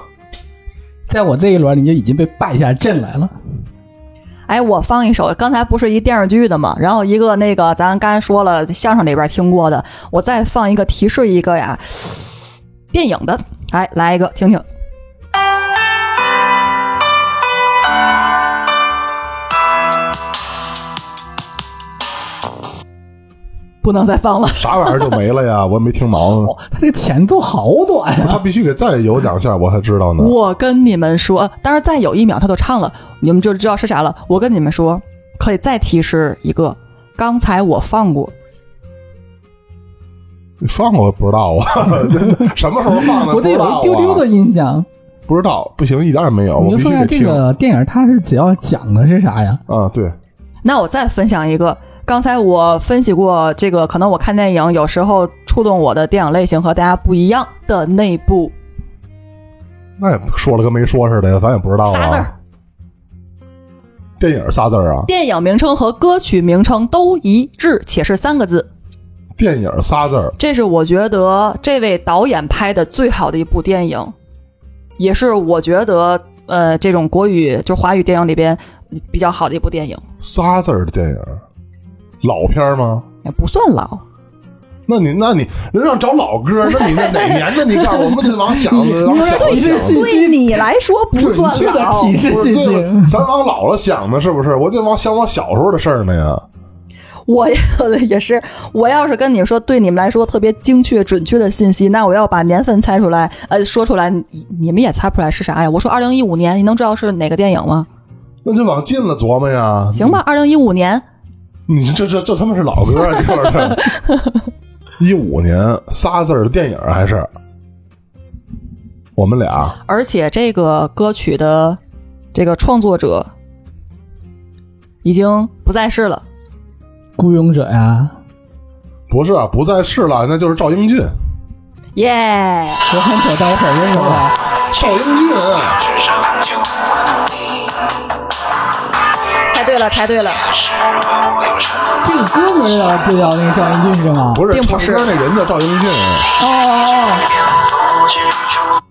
S1: 在我这一轮你就已经被败下阵来 了。”
S2: 哎，我放一首，刚才不是一电视剧的嘛，然后一个那个咱刚才说了相声里边听过的，我再放一个提示一个呀，电影的，哎，来一个听听，不能再放了。
S3: 啥玩意儿就没了呀？我也没听毛 呢。
S1: 他这前奏好短啊！
S3: 他必须给再有两下，我才知道呢。
S2: 我跟你们说，当然再有一秒他就唱了，你们就知道是啥了。我跟你们说，可以再提示一个，刚才我放过，
S3: 放过不知道啊， 什么时候放的？
S1: 我得有一丢丢的印象。
S3: 啊不知道，不行，一点也没有。
S1: 你
S3: 啊
S1: 就
S3: 我必须
S1: 说一下
S3: 得
S1: 这
S3: 听
S1: 个电影，它是主要讲的是啥呀？
S3: 啊，对，
S2: 那我再分享一个，刚才我分析过这个，可能我看电影有时候触动我的电影类型和大家不一样的那部
S3: 那也说了跟没说似的呀，咱也不知道啊。
S2: 仨字儿，
S3: 电影仨字儿啊，
S2: 电影名称和歌曲名称都一致，且是三个字。
S3: 电影仨字儿，
S2: 这是我觉得这位导演拍的最好的一部电影，也是我觉得呃这种国语就华语电影里边比较好的一部电影，
S3: 仨字儿的电影，老片儿吗？
S2: 也不算老。
S3: 那你那你人让找老歌，那你那哪年的？你告诉我们得往想，往
S1: 你
S3: 小
S1: 对
S3: 了
S1: 这
S3: 想。
S1: 信息
S5: 对你来说不
S1: 准
S5: 算
S1: 确的
S5: 老，
S1: 提示
S3: 不
S1: 信
S3: 是对
S1: 息
S3: 了，咱往老了想呢，是不是？我得往想我小时候的事儿呢呀。
S2: 我也是，我要是跟你说对你们来说特别精确准确的信息，那我要把年份猜出来，呃，说出来，你你们也猜不出来是啥呀？我说二零一五年，你能知道是哪个电影吗？
S3: 那就往近了琢磨呀。
S2: 行吧，二零一五年，
S3: 你这这这他妈是老歌啊！你说 这，一五年仨字儿的电影还是我们俩
S2: 而且这个歌曲的这个创作者已经不在世了。
S1: 孤勇者呀，
S3: 不是啊，不在世了，那就是赵英俊。
S2: 耶、
S1: 我很可但我很温柔啊。
S3: 赵英俊啊，
S4: 世上就问你，
S2: 猜对了，猜对了，
S4: 是否有什么
S1: 这个歌不是要就叫那个赵英俊是吗？
S3: 不是
S2: 并不
S3: 唱
S2: 是
S3: 歌那人叫赵英俊啊。
S1: 哦哦
S4: 不知处？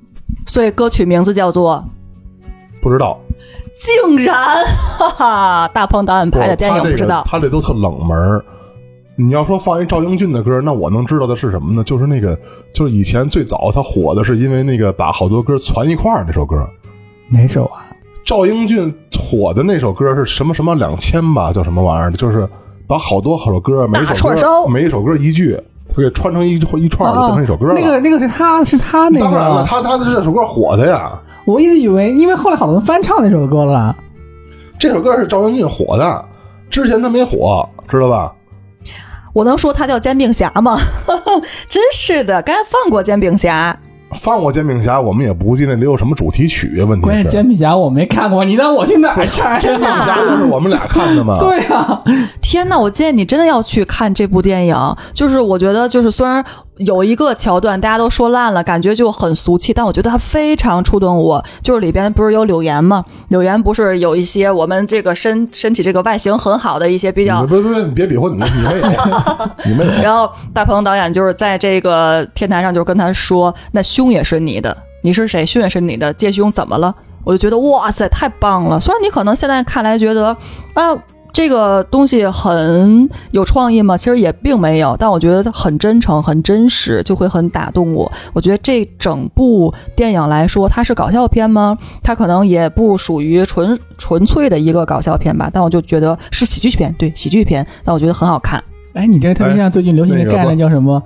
S2: 所以歌曲名字叫做
S3: 不知道，
S2: 《竟然》，哈哈，大鹏导演拍的电影，
S3: 不
S2: 不
S3: 是
S2: 知道。
S3: 哦他这个他这都特冷门儿。你要说放一赵英俊的歌，那我能知道的是什么呢？就是那个，就是以前最早他火的是因为那个把好多歌攒一块儿那首歌。
S1: 哦，哪首啊？
S3: 赵英俊火的那首歌是什么什么两千吧，叫什么玩意儿的？就是把好多好多歌，每一
S5: 大
S3: 首
S5: 串烧
S3: 歌每一首歌一句，他给串成一一串哦儿，就变成一首歌了。
S1: 哦啊那个那个是他是他那个，
S3: 当然了，他他这首歌火的呀，
S1: 我一直以为，因为后来好多人翻唱那首歌了。
S3: 这首歌是赵英俊火的，之前他没火，知道吧？
S2: 我能说他叫煎饼侠吗？ 真是的，刚才放过煎饼侠，
S3: 放过《煎饼侠》，我们也不记得里有什么主题曲。问题
S1: 关键
S3: 是，
S1: 《煎饼侠》我没看过，你让我去 哪儿查
S2: 真的
S1: 呀？
S3: 侠
S2: 啊、
S3: 就是我们俩看的嘛。
S1: 对啊，
S2: 天呐，我建议你真的要去看这部电影。就是我觉得，就是虽然有一个桥段大家都说烂了，感觉就很俗气，但我觉得它非常触动我。就是里边不是有柳岩吗？柳岩不是有一些我们这个身身体这个外形很好的一些比较
S3: 你别别别，你别比划你，你没有， 你没有。
S2: 然后大鹏导演就是在这个天台上，就是跟他说：“那胸也是你的，你是谁？胸也是你的，借胸怎么了？”我就觉得哇塞，太棒了！虽然你可能现在看来觉得啊，这个东西很有创意嘛，其实也并没有，但我觉得很真诚、很真实，就会很打动我。我觉得这整部电影来说，它是搞笑片吗？它可能也不属于纯纯粹的一个搞笑片吧，但我就觉得是喜剧片，对喜剧片，但我觉得很好看。
S1: 哎，你这个特别像最近流行
S3: 哎
S1: 一
S3: 那
S1: 个
S3: 个
S1: 概念
S3: 不
S1: 叫什么？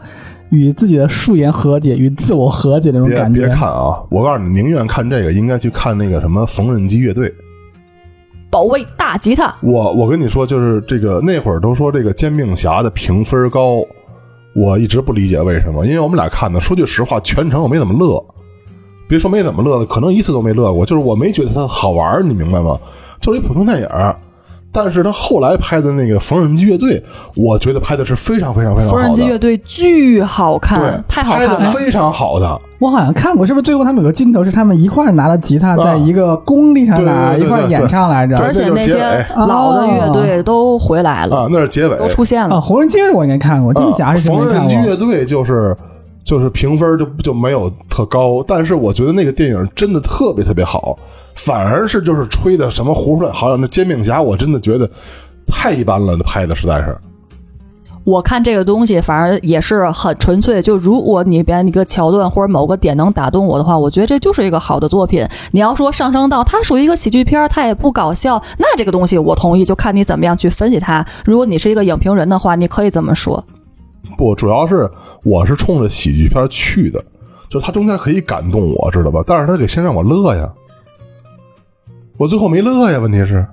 S1: 与自己的素颜和解，与自我和解的那种
S3: 别
S1: 感
S3: 别
S1: 觉。
S3: 看啊！我告诉你，宁愿看这个，应该去看那个什么缝纫机乐队。
S2: 保卫大吉他。
S3: 我我跟你说，就是这个那会儿都说这个《煎饼侠》的评分高，我一直不理解为什么，因为我们俩看的，说句实话，全程我没怎么乐，别说没怎么乐了，可能一次都没乐过，就是我没觉得它好玩儿，你明白吗？就是一普通电影儿。但是他后来拍的那个缝纫机乐队，我觉得拍的是非常非常非常好
S2: 缝
S3: 的，
S2: 纫机乐队巨好
S3: 对
S2: 看，，太好
S3: 拍
S2: 看
S3: 的
S2: 了。
S3: 非常好的，
S1: 我好像看过，是不是最后他们有个镜头是他们一块儿拿着吉他，
S3: 啊
S1: 在一个工地上
S3: 对对
S1: 哪儿
S3: 对
S1: 一
S3: 对
S1: 块儿
S3: 对
S1: 演
S3: 对
S1: 唱来着？
S2: 而且那些老的乐队都回来了，
S3: 哎啊，那是结尾
S2: 都出现
S1: 啊，
S2: 了。
S1: 红人街我应该看过，金
S3: 啊
S1: 霞是真
S3: 缝
S1: 没看
S3: 纫机乐
S1: 过。
S3: 队就是就是评分就就没有特高，但是我觉得那个电影真的特别特别好，反而是就是吹的什么胡说，好像那煎饼侠，我真的觉得太一般了，拍的实在是。
S2: 我看这个东西，反而也是很纯粹。就如果里边一个桥段或者某个点能打动我的话，我觉得这就是一个好的作品。你要说上升到它属于一个喜剧片儿，它也不搞笑，那这个东西我同意，就看你怎么样去分析它。如果你是一个影评人的话，你可以这么说。
S3: 不，主要是我是冲着喜剧片去的，就是它中间可以感动我，知道吧？但是它得先让我乐呀，我最后没乐呀，问题是。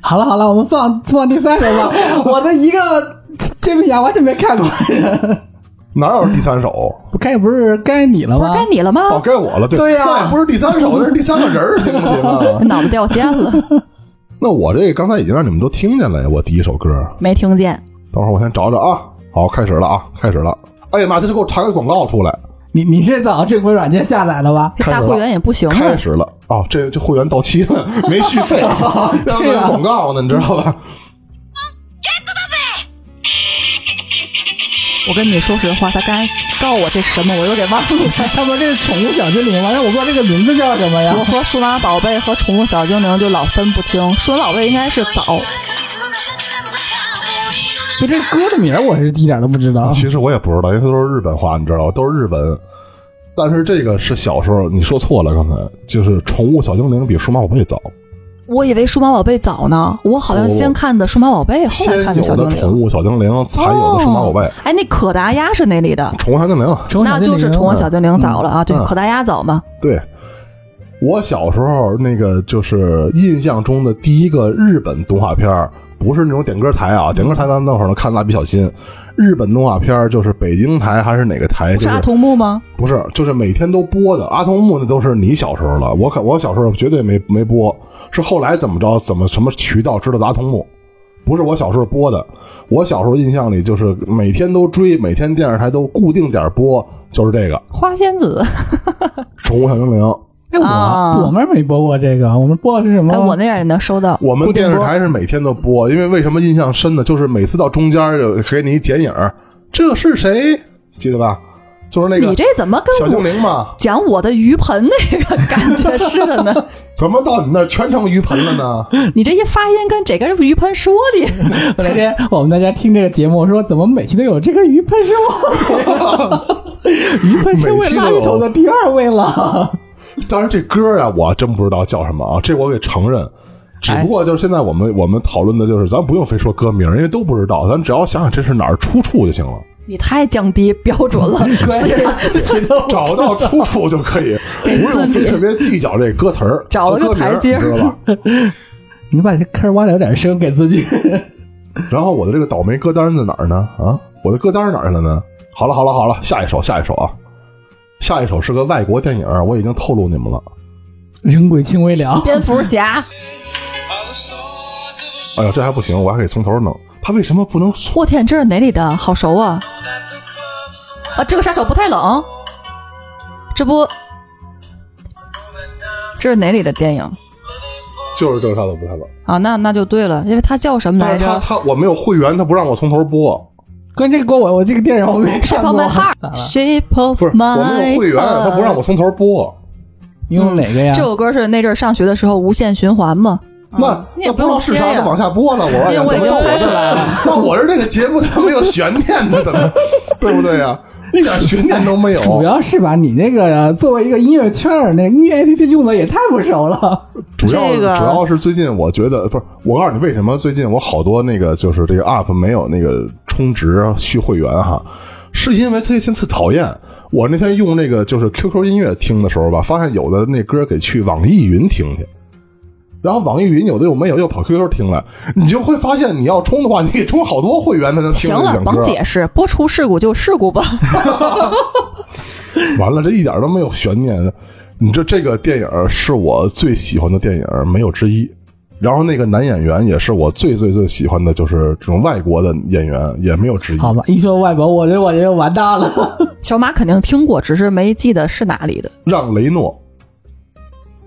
S1: 好了好了，我们放放第三首 吧。我的一个煎饼侠完全没看过，
S3: 哪有第三首？
S1: 不该不是该你了
S2: 不是
S1: 吗？
S2: 该你了吗？
S3: 哦，该我了。对，
S1: 对呀
S3: 那也不是第三首，那是第三个人儿，行不行啊？
S2: 脑子掉线了，
S3: 那我这刚才已经让你们都听见了呀，我第一首歌，
S2: 没听见。
S3: 等会儿我先找找啊。好，开始了啊，开始了。哎呀妈，这就给我弹个广告出来，
S1: 你你是找正规软件下载的 吧？
S3: 开始
S2: 大
S3: 了
S2: 会员也不行
S3: 开
S2: 了，
S3: 始了啊！这这会员到期了，没续 费，让
S1: 这
S3: 卖
S1: 样
S3: 广告呢，你知道吧？
S2: 我跟你说实话，他刚才告我这什么，我又给 忘了。
S1: 他说这是宠物小精灵吗？但是我不知道这个名字叫什么呀
S2: 我。和数码宝贝和宠物小精灵就老分不清，数码宝贝应该是早，
S1: 就这歌的名儿我是一点都不知
S2: 啊
S1: 道。
S3: 其实我也不知道，因为它都是日本话，你知道，都是日文。但是这个是小时候，你说错了，刚才就是《宠物小精灵》比《数码宝贝》早，
S2: 我以为数码宝贝早呢，我好像先看的数码宝贝，后
S3: 先
S2: 来
S3: 有
S2: 看的小精
S3: 的《宠
S2: 灵。
S3: 物小精灵》，才有的《数码宝贝》
S2: 哦哎，那可达鸭是哪里的？
S3: 宠物小精灵》。啊
S1: 宠物小
S2: 那
S1: 精灵
S2: 就是宠物小精灵早了啊，对
S3: 嗯，
S2: 可达鸭早嘛。
S3: 对，我小时候那个就是印象中的第一个日本动画片儿，不是那种点歌台啊，点歌台咱们那会儿能看蜡笔小新。日本动画片儿就是北京台还是哪个台？
S2: 不
S3: 就是是
S2: 阿童木吗？
S3: 不是，就是每天都播的。阿童木那都是你小时候了，我可我小时候绝对没没播，是后来怎么着怎么什么渠道知道的阿童木，不是我小时候播的。我小时候印象里就是每天都追，每天电视台都固定点儿播，就是这个《
S2: 花仙子，
S3: 宠物小精灵》。
S1: 哎，
S2: 啊
S1: 我我们没播过这个，我们播的是什么？
S2: 哎，我那也能收到。
S3: 我们
S1: 固定
S3: 电视
S1: 播
S3: 台是每天都播，因为为什么印象深呢？就是每次到中间儿有给你一剪影儿，这是谁？记得吧？就是那个
S2: 你这怎么
S3: 小
S2: 跟
S3: 精
S2: 我
S3: 灵嘛，
S2: 讲我的鱼盆那个感觉似的呢？
S3: 怎么到你那儿全成鱼盆了呢？
S2: 你这一发音跟这个鱼盆说的，
S1: 我那天我们大家听这个节目，我说怎么每期都有这个鱼喷是 我，鱼喷是为垃圾桶的第二位 了。
S3: 当然这歌儿啊，我真不知道叫什么啊，这我给承认。只
S2: 哎
S3: 不过就是现在我们我们讨论的就是，咱不用非说歌名儿，因为都不知道，咱只要想想这是哪儿出处 就行了，
S2: 你太降低标准 了。
S3: 找到出处就可以，不用非特别计较这歌词儿，
S2: 找了个
S3: 和歌名儿
S2: 台阶儿
S3: 你知道吧？
S1: 你把这坑挖的有点深，给自己。
S3: 然后我的这个倒霉歌单在哪儿呢？啊，我的歌单哪儿了呢？好了好了好了，下一首下一首啊，下一首是个外国电影，我已经透露你们了。
S1: 人鬼情未 了，
S2: 蝙蝠侠，
S3: 哎呀，这还不行，我还得从头弄。他为什么不能
S2: 我天，这是哪里的？好熟啊！啊，这个杀手不太冷，这不，这是哪里的电影
S3: 就是这个杀手不太冷？
S2: 啊？那那就对了，因为它叫什么来
S3: 但是他
S2: 着？
S3: 他我没有会员，他不让我从头播，
S1: 关键这个我我这个电影我没
S2: Shape
S1: 看
S2: of
S1: 过
S2: my。heart，Shape of
S3: 不是
S2: my 嗯
S3: 我没有会员，他不让
S2: heart
S3: 我从头播。
S1: 你用哪个呀
S2: 这？首歌是那阵儿上学的时候无限循环嘛？
S3: 那
S2: 嗯你
S3: 那
S2: 也
S3: 不
S2: 不
S3: 知道
S2: 用
S3: 是
S2: 切
S3: 啥就
S2: 呀
S3: 往下播了，我说哎呀，
S2: 因为我已
S3: 怎么
S2: 经
S3: 到
S2: 猜
S3: 我这
S2: 出来了。
S3: 那我是这个节目它没有悬念的，怎么对不对呀、一点悬念都没有。
S1: 主要是吧，你那个作为一个音乐圈儿那个音乐 APP 用的也太不熟了。
S3: 主要、
S2: 这个
S3: 主要是最近我觉得不是，我告诉你为什么最近我好多那个就是这个 app 没有那个充值续会员哈，是因为最近特讨厌。我那天用那个就是 QQ 音乐听的时候吧，发现有的那歌给去网易云听去，然后网易云有的又没有，又跑 QQ 听来，你就会发现你要充的话，你得充好多会员才能听
S2: 行
S3: 那
S2: 了，
S3: 两歌
S2: 甭。解释，播出事故就事故吧。
S3: 完了，这一点都没有悬念。你这这个电影是我最喜欢的电影，没有之一。然后那个男演员也是我最最最喜欢的，就是这种外国的演员，也没有之一。
S1: 好吧，一说外国，我这我这就完蛋了。
S2: 小马肯定听过，只是没记得是哪里的。
S3: 让雷诺，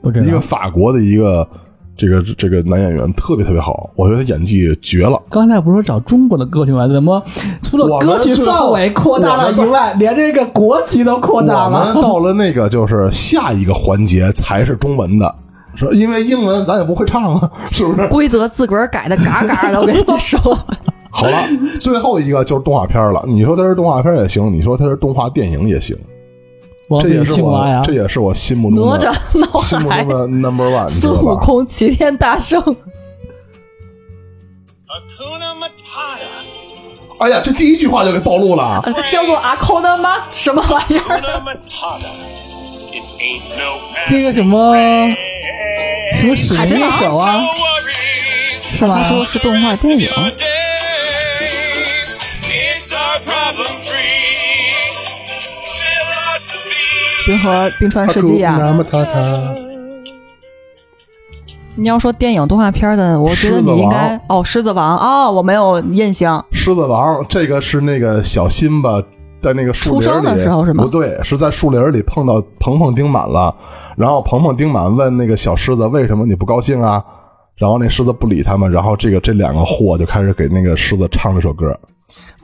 S1: 不知
S3: 一个
S1: 道。
S3: 法国的一个这个这个男演员，特别特别好，我觉得他演技绝了。
S1: 刚才不是说找中国的歌曲吗？怎么除了
S3: 我们
S1: 歌曲范围扩大了以外，连这个国籍都扩大
S3: 我们
S1: 了？
S3: 到了那个就是下一个环节才是中文的，是吧因为英文咱也不会唱啊，是不是？
S2: 规则自个儿改的嘎嘎的，我跟你说，
S3: 好了，最后一个就是动画片了。你说它是动画片也行，你说它是动画电影也行，
S1: 王
S3: 这
S1: 子与
S3: 也是
S1: 青
S3: 我
S1: 蛙呀，
S3: 这也是我心目中
S2: 哪
S3: 的
S2: 吒、
S3: 心目
S2: 闹海
S3: 中、的 number one，你知
S2: 孙
S3: 道
S2: 悟
S3: 吧？
S2: 空、齐天大 圣，
S5: Hakuna Matata.
S3: 哎呀，这第一句话就给暴露了。
S2: 呃叫做阿扣的吗？什么玩意儿？
S5: Hakuna Matata. It ain't no
S1: 这个
S5: acid
S1: 什么
S5: rain.
S1: 什么使命
S2: 海
S1: 猎
S2: 贼
S1: 手
S5: No
S1: 啊，
S5: worries.
S1: 是吧？
S2: 说是动画电影
S5: Your days. It's our problem-free philosophy.
S2: 冰河冰川世纪
S3: 嗯
S2: 啊！你要说电影动画片的，我觉得你应该
S3: 狮
S2: 哦，《狮子王》哦，我没有印象。
S3: 狮子王，这个是那个小辛巴在那个树林
S2: 出
S3: 里
S2: 生的时候是吗
S3: 不对，是在树林里碰到鹏鹏丁满了，然后鹏鹏丁满问那个小狮子为什么你不高兴啊？然后那狮子不理他们，然后这个这两个货就开始给那个狮子唱这首歌。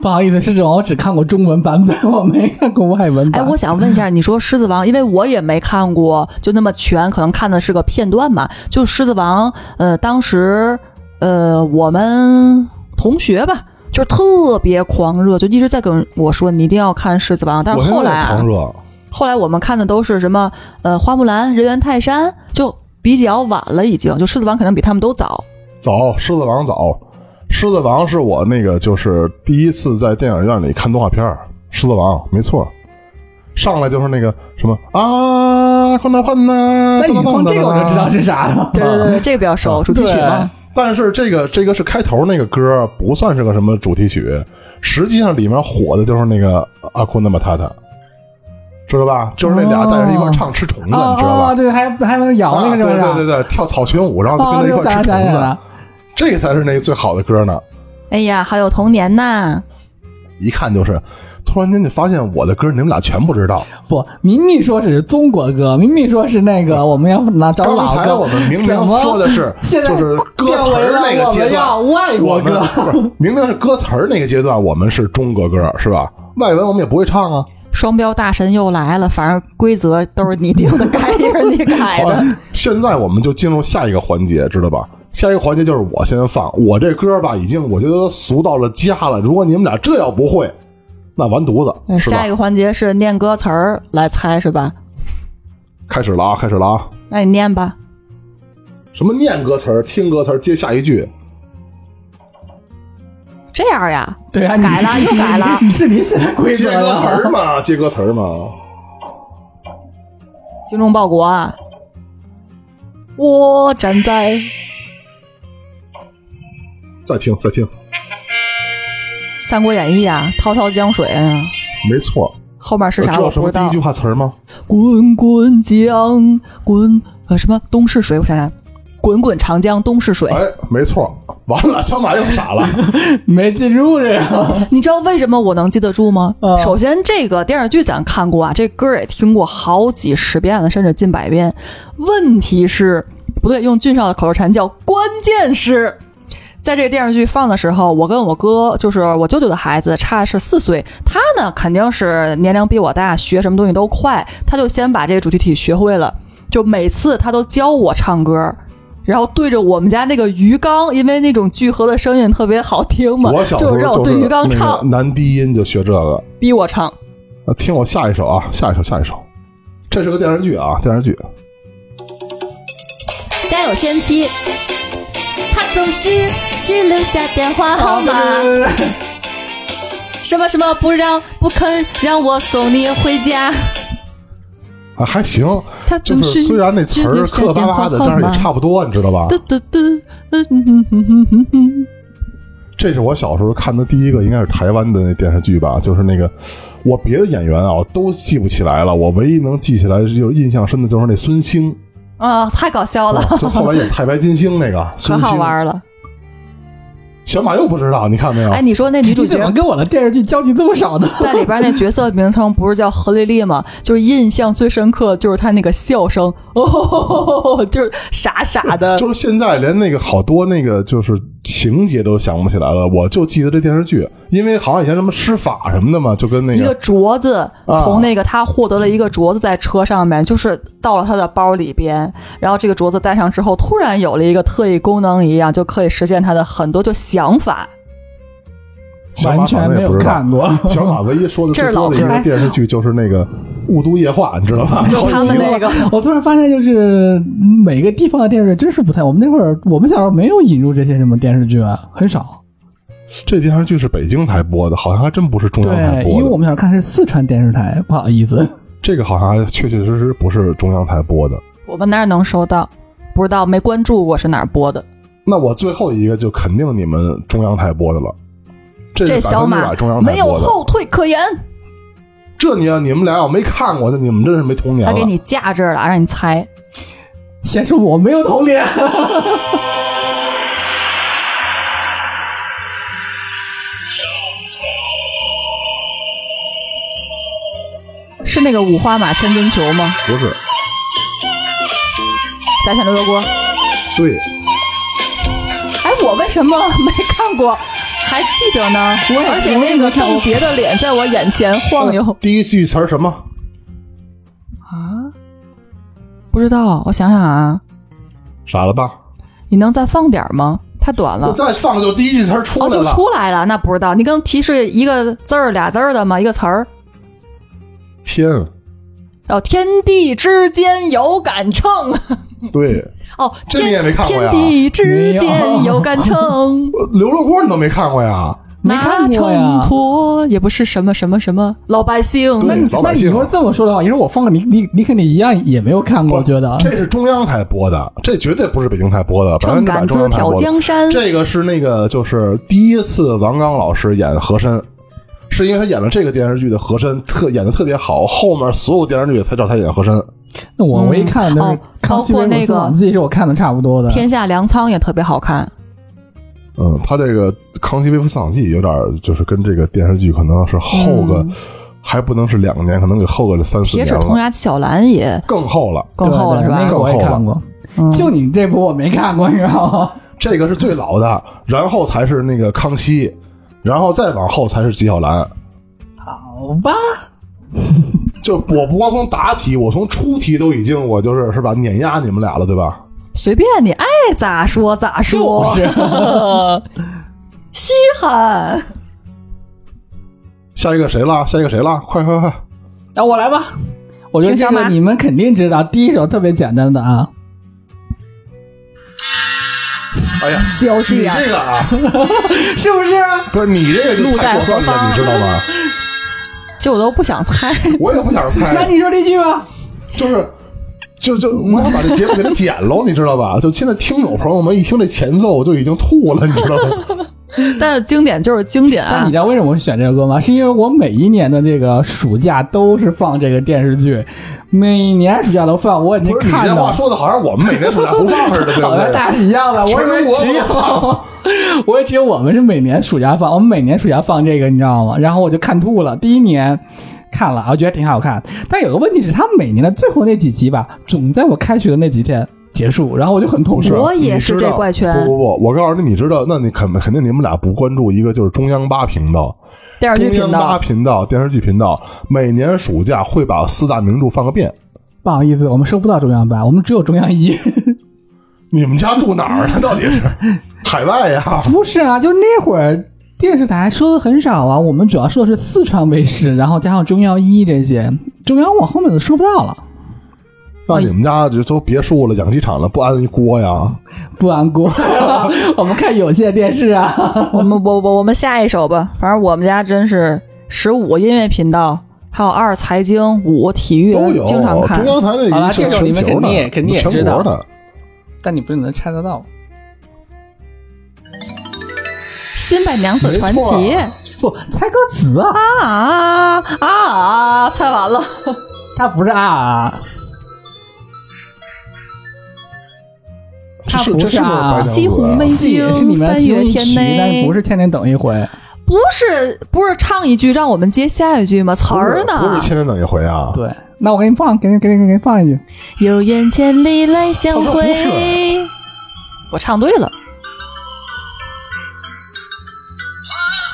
S1: 不好意思，是这种我只看过中文版本，我没看过外
S3: 嗯
S1: 文
S2: 哎，
S1: 版。
S2: 我想问一下，你说《狮子 王》，因为我也没看过，就那么全，可能看的是个片段嘛。就《狮子王》，呃，当时呃，我们同学吧，就是特别狂热，就一直在跟我说你一定要看《狮子王》，但
S3: 我
S2: 是
S3: 现
S2: 后
S3: 在
S2: 来
S3: 也
S2: 啊
S3: 狂，热，
S2: 后来我们看的都是什么呃花木兰、人猿泰山，就比较晚了，已经就《狮子王》可能比他们都早。
S3: 早，《狮子王》早，《狮子王》是我那个就是第一次在电影院里看动画片儿《狮子王》没错，上来就是那个什么啊，快拿判呐！
S1: 那你放这个我就知道
S3: 是。
S1: 是啥了。
S2: 对对对嗯对，这个比较熟，主题曲嘛。
S3: 但是这个这个是开头那个歌，不算是个什么主题曲。实际上里面火的就是那个阿库那马塔塔，知道吧？就是那俩带着一块唱吃虫子，
S1: 哦
S3: 你知道吧？
S1: 哦，对，还还能摇那个是不是？
S3: 啊对对对对，跳草裙舞，然后
S1: 哦，
S3: 跟
S1: 对
S3: 他
S1: 我
S3: 一块
S1: 想
S3: 吃
S1: 起来
S3: 虫子
S1: 了，，
S3: 这个才是那个最好的歌呢。
S2: 哎呀，好有童年呐！
S3: 一看就是，突然间就发现我的歌你们俩全不知道。
S1: 不，明明说是中国歌，明明说是那个我们要拿找
S3: 刚
S1: 老
S3: 才
S1: 歌，
S3: 我们明明
S1: 怎么
S3: 说的是，
S1: 现在
S3: 就是歌
S1: 变
S3: 词
S1: 为
S3: 儿
S1: 了
S3: 那个
S1: 我
S3: 阶
S1: 们
S3: 段
S1: 要，外国
S3: 我们
S1: 歌，
S3: 不是明明是歌词儿那个阶段，我们是中国歌是吧？外文我们也不会唱啊。
S2: 双标大神又来了，反正规则都是你定的，改也是你改
S3: 好
S2: 的。
S3: 了，现在我们就进入下一个环节，知道吧？下一个环节就是我先放，我这歌吧已经我觉得俗到了家了。如果你们俩这要不会，那完犊子
S2: 嗯
S3: 是吧
S2: 下一？个环节是念歌词儿来猜是吧？
S3: 开始了啊，开始了啊！
S2: 那你念吧。
S3: 什么念歌词儿、听歌词儿，接下一句，
S2: 这样呀？
S1: 对啊，你
S2: 改了又改了
S1: 你是你写的规
S3: 接
S1: 则
S3: 歌词儿
S1: 了。
S3: 嘛，接歌词儿嘛。
S2: 精忠报国啊！我站在
S3: 再听，再听，
S2: 《三国演义》啊，滔滔江水啊，
S3: 没错。呃
S2: 后面是
S3: 知
S2: 啥
S3: 道
S2: 我
S3: 什
S2: 不
S3: 么
S2: 知
S3: 第一
S2: 道
S3: 句。话词儿吗？
S2: 滚滚江滚呃什么东逝水？我想想，滚滚长江东逝水。
S3: 哎，没错。完了，小马又傻 了。
S1: 没记住这个，
S2: 你知道为什么我能记得住吗？
S1: 啊
S2: 首先，这个电视剧咱看过啊，这歌也听过好几十遍了，甚至近百遍。问题是，不对，用俊少的口头禅叫“关键是”。在这个电视剧放的时候，我跟我哥，就是我舅舅的孩子，差是四岁。他呢，肯定是年龄比我大，学什么东西都快，他就先把这个主题曲学会了。就每次他都教我唱歌，然后对着我们家那个鱼缸，因为那种聚合的声音特别好听嘛，
S3: 我小时候
S2: 是让我对鱼缸
S3: 就是那
S2: 唱
S3: 个，男低音就学这个。
S2: 逼我唱。
S3: 呃听我下一首啊，下一首，下一首。这是个电视剧啊，电视剧。
S6: 家有仙妻，她总是只留下电话号码，什么什么不让不肯让我送你回家。
S3: 啊，还行，
S2: 他
S3: 就
S2: 总
S3: 是虽然那词儿磕磕巴巴的，但是也差不多，你知道吧
S2: 嘟？嘟嘟，嗯嗯嗯嗯嗯嗯，
S3: 这是我小时候看的第一个，应该是台湾的那电视剧吧，就是那个我别的演员啊我都记不起来了，我唯一能记起来就是印象深的就是那孙兴，
S2: 啊，太搞笑了，
S3: 就后来演《太白金星》那个
S2: 可
S3: 孙
S2: 好
S3: 兴。
S2: 玩了。
S3: 小马又不知道，你看没有？
S2: 哎，你说那女主
S1: 你怎么
S2: 角
S1: 跟我的电视剧交集这么少呢？
S2: 在里边那角色名称不是叫何丽丽吗？ 就是印象最深刻就是她那个笑声， 哦，就是傻傻的。
S3: 就是现在连那个好多那个就是情节都想不起来了，我就记得这电视剧，因为好像以前什么施法什么的嘛，就跟那
S2: 一个
S3: 个
S2: 镯子，
S3: 啊
S2: 从那个他获得了一个镯子在车上面，就是到了他的包里边，然后这个镯子戴上之后，突然有了一个特异功能一样，就可以实现他的很多就想法。
S3: 小马
S1: 完
S3: 可
S1: 全
S3: 能
S1: 没
S3: 也
S1: 有
S3: 不知道
S1: 看过。
S3: 小马唯一说的最多的一
S2: 这是老
S3: 个
S2: 牌
S3: 电视剧就是那个《雾都夜话》，你知道吧？
S2: 就他们那个，
S1: 我突然发现，就是嗯每个地方的电视剧真是不太。我们那会儿，我们小时候没有引入这些什么电视剧啊，很少。
S3: 这电视剧是北京台播的，好嗯像还真不是中央台
S1: 对，因
S3: 播
S1: 为我
S3: 的。
S1: 们小时候看是四川电视台，不好意思。
S3: 这个好像还确确实实不是中央台播的。
S2: 我们哪儿能收到？不知道，没关注我是哪儿播的。
S3: 那我最后一个就肯定你们中央台播的了。这
S2: 这
S3: 是
S2: 小
S3: 百分之
S2: 马
S3: 百中央台
S2: 没有
S3: 播的。
S2: 后退可言，
S3: 这你要你们俩要没看过，那你们真是没童年
S2: 他
S3: 了。
S2: 给你架这儿了，让你猜。
S1: 先说我没有童年，
S2: 是那个五花马千金球吗？
S3: 不是
S2: 咱选刘德国。
S3: 对，
S2: 哎，我为什么没看过，还记得呢？
S1: 我也
S2: 而且那个邓婕的脸在我眼前晃悠
S3: 第一句词儿什么？
S2: 啊！不知道，我想想啊，
S3: 傻了吧？
S2: 你能再放点儿吗？太短了
S3: 我。再放就第一句词儿出
S2: 哦，
S3: 来
S2: 就
S3: 了。
S2: 出来了，那不知道。你刚提示一个字儿、俩字儿的吗？一个词儿。
S3: 天，
S2: 哦，天地之间有杆秤。
S3: 对，
S2: 哦，
S3: 这你
S2: 天
S3: 也没看过呀
S2: 天地之间有杆 秤，
S3: 呃刘罗锅你都没看过
S2: 啊
S3: 呀？
S1: 没
S2: 拿
S1: 看过
S2: 秤
S1: 呀。
S2: 砣也不是什么什么什么老百姓。
S1: 那你
S3: 老
S1: 那
S3: 百
S1: 你
S3: 姓啊
S1: 说这么说的话，你说我放个你你你肯定一样也没有看过，我觉得啊
S3: 这是中央台播的，这绝对不是北京台播的，百
S2: 秤
S3: 分之百
S2: 杆
S3: 中
S2: 子
S3: 央台
S2: 挑
S3: 播的。
S2: 江山，
S3: 这个是那个就是第一次王刚老师演和珅，是因为他演了这个电视剧的和珅，特演的特别好，后面所有电视剧才找他演和珅。
S1: 那我我一看都是
S2: 哦
S1: 《康熙
S2: 包括
S1: 微
S2: 那
S1: 服私
S2: 个
S1: 访记》，是我看的差不多的。
S2: 天下粮仓也特别好看。
S3: 嗯，他这个《康熙微服私访记》有点儿就是跟这个电视剧可能是后个，还不能是两年，可能给后个三四
S2: 嗯铁齿
S3: 年
S2: 铜
S3: 了，
S2: 牙纪晓岚也
S3: 更后了。
S2: 更
S1: 对
S2: 厚了
S1: 对
S2: 是吧？嗯
S1: 那个我也看过，就你这部我没看过，你知道 吗？
S3: 这个是最老的，然后才是那个康熙，然后再往后才是纪晓岚。
S1: 好吧，
S3: 就我不光从答题，我从出题都已经我就是是吧碾压你们俩了，对吧？
S2: 随便你爱咋说咋说。 稀罕，
S3: 下一个谁了？下一个谁了？快快快！
S2: 啊
S1: 那我来吧。我觉得这
S2: 听小
S1: 个
S2: 马
S1: 你们肯定知道，第一首特别简单的啊，
S3: 哎呀，
S2: 《西游
S3: 你
S2: 记》啊，
S3: 这个啊，
S1: 是不是？
S3: 不是你这个就太过
S2: 路在何
S3: 分了，
S2: 方
S3: 你知道吗？
S2: 这我都不想猜。
S3: 我也不想猜，
S1: 那你说这句吧。
S3: 就是。就就我想把这节目给它剪喽，你知道吧？就现在听友朋友们一听这前奏，我就已经吐了，你知道吗？
S2: 但是经典就是经典
S1: 但
S2: 啊
S1: 你知！道为什么我选这首歌吗？是因为我每一年的那个暑假都是放这个电视剧，每年暑假都放，我已经
S3: 不是你
S1: 看
S3: 这
S1: 到
S3: 话。说的好像我们每年暑假不放似的，对不
S1: 好像
S3: 对？
S1: 大家是一样的，我以为只
S3: 全
S1: 有
S3: 国放，
S1: 我也只有我们是每年暑假放，我们每年暑假放这个，你知道吗？然后我就看吐了。第一年看了，我觉得挺好看，但有个问题是，它每年的最后那几集吧，总在我开学的那几天结束，然后我就很痛苦
S3: 不是，。
S2: 我也是
S3: 你知道
S2: 这怪圈
S3: 不不不，我告诉你，你知道，那你肯肯定你们俩不关注一个就是中央八频道，
S2: 电视剧
S3: 中
S2: 频
S3: 央八
S2: 道
S3: 频道电视剧频道，每年暑假会把四大名著放个遍。
S1: 不好意思，我们收不到中央八，我们只有中央一。
S3: 你们家住哪儿啊呢？到底 是海外呀？
S1: 不是啊，就那会儿电视台收的很少啊，我们主要收的是四川卫视，然后加上中央一这些，中央往后面都收不到了，
S3: 那你们家就都别墅了，养鸡场了，不安一锅呀？
S1: 不安过。 我们看有线电视啊，
S2: 我们我我我们下一首吧，反正我们家真是十五音乐频道，还有二财经、五体育
S3: 都有，，
S2: 经常看
S3: 中。央台那
S1: 好
S3: 个
S1: 了
S3: 是
S1: 这种你们
S3: 全球
S1: 肯定也
S3: 的，
S1: 肯定也
S3: 全
S1: 知道
S3: 国的。
S1: 但你不是能猜得到？
S2: 新白娘子传
S3: 没
S2: 奇
S3: 错
S1: 不，猜歌词啊，
S2: 啊啊啊！猜完了，
S1: 它不是啊，
S3: 这
S1: 它
S3: 是
S1: 不
S3: 这
S1: 是
S3: 是不是白
S1: 啊
S3: 娘子
S2: 西湖
S3: 啊
S2: 妹
S1: 这也是你们
S2: 三
S1: 其中
S2: 月
S1: 一
S2: 天
S1: 题，但是
S2: 内
S1: 不是天天等一回。
S2: 不是不是唱一句让我们接下一句吗？词儿
S3: 不是
S2: 呢？
S3: 千年等一回啊？
S1: 对，那我给你放，给你给你给你放一句，
S2: 有缘千里来相
S3: 他说不是
S2: 会。我唱对了，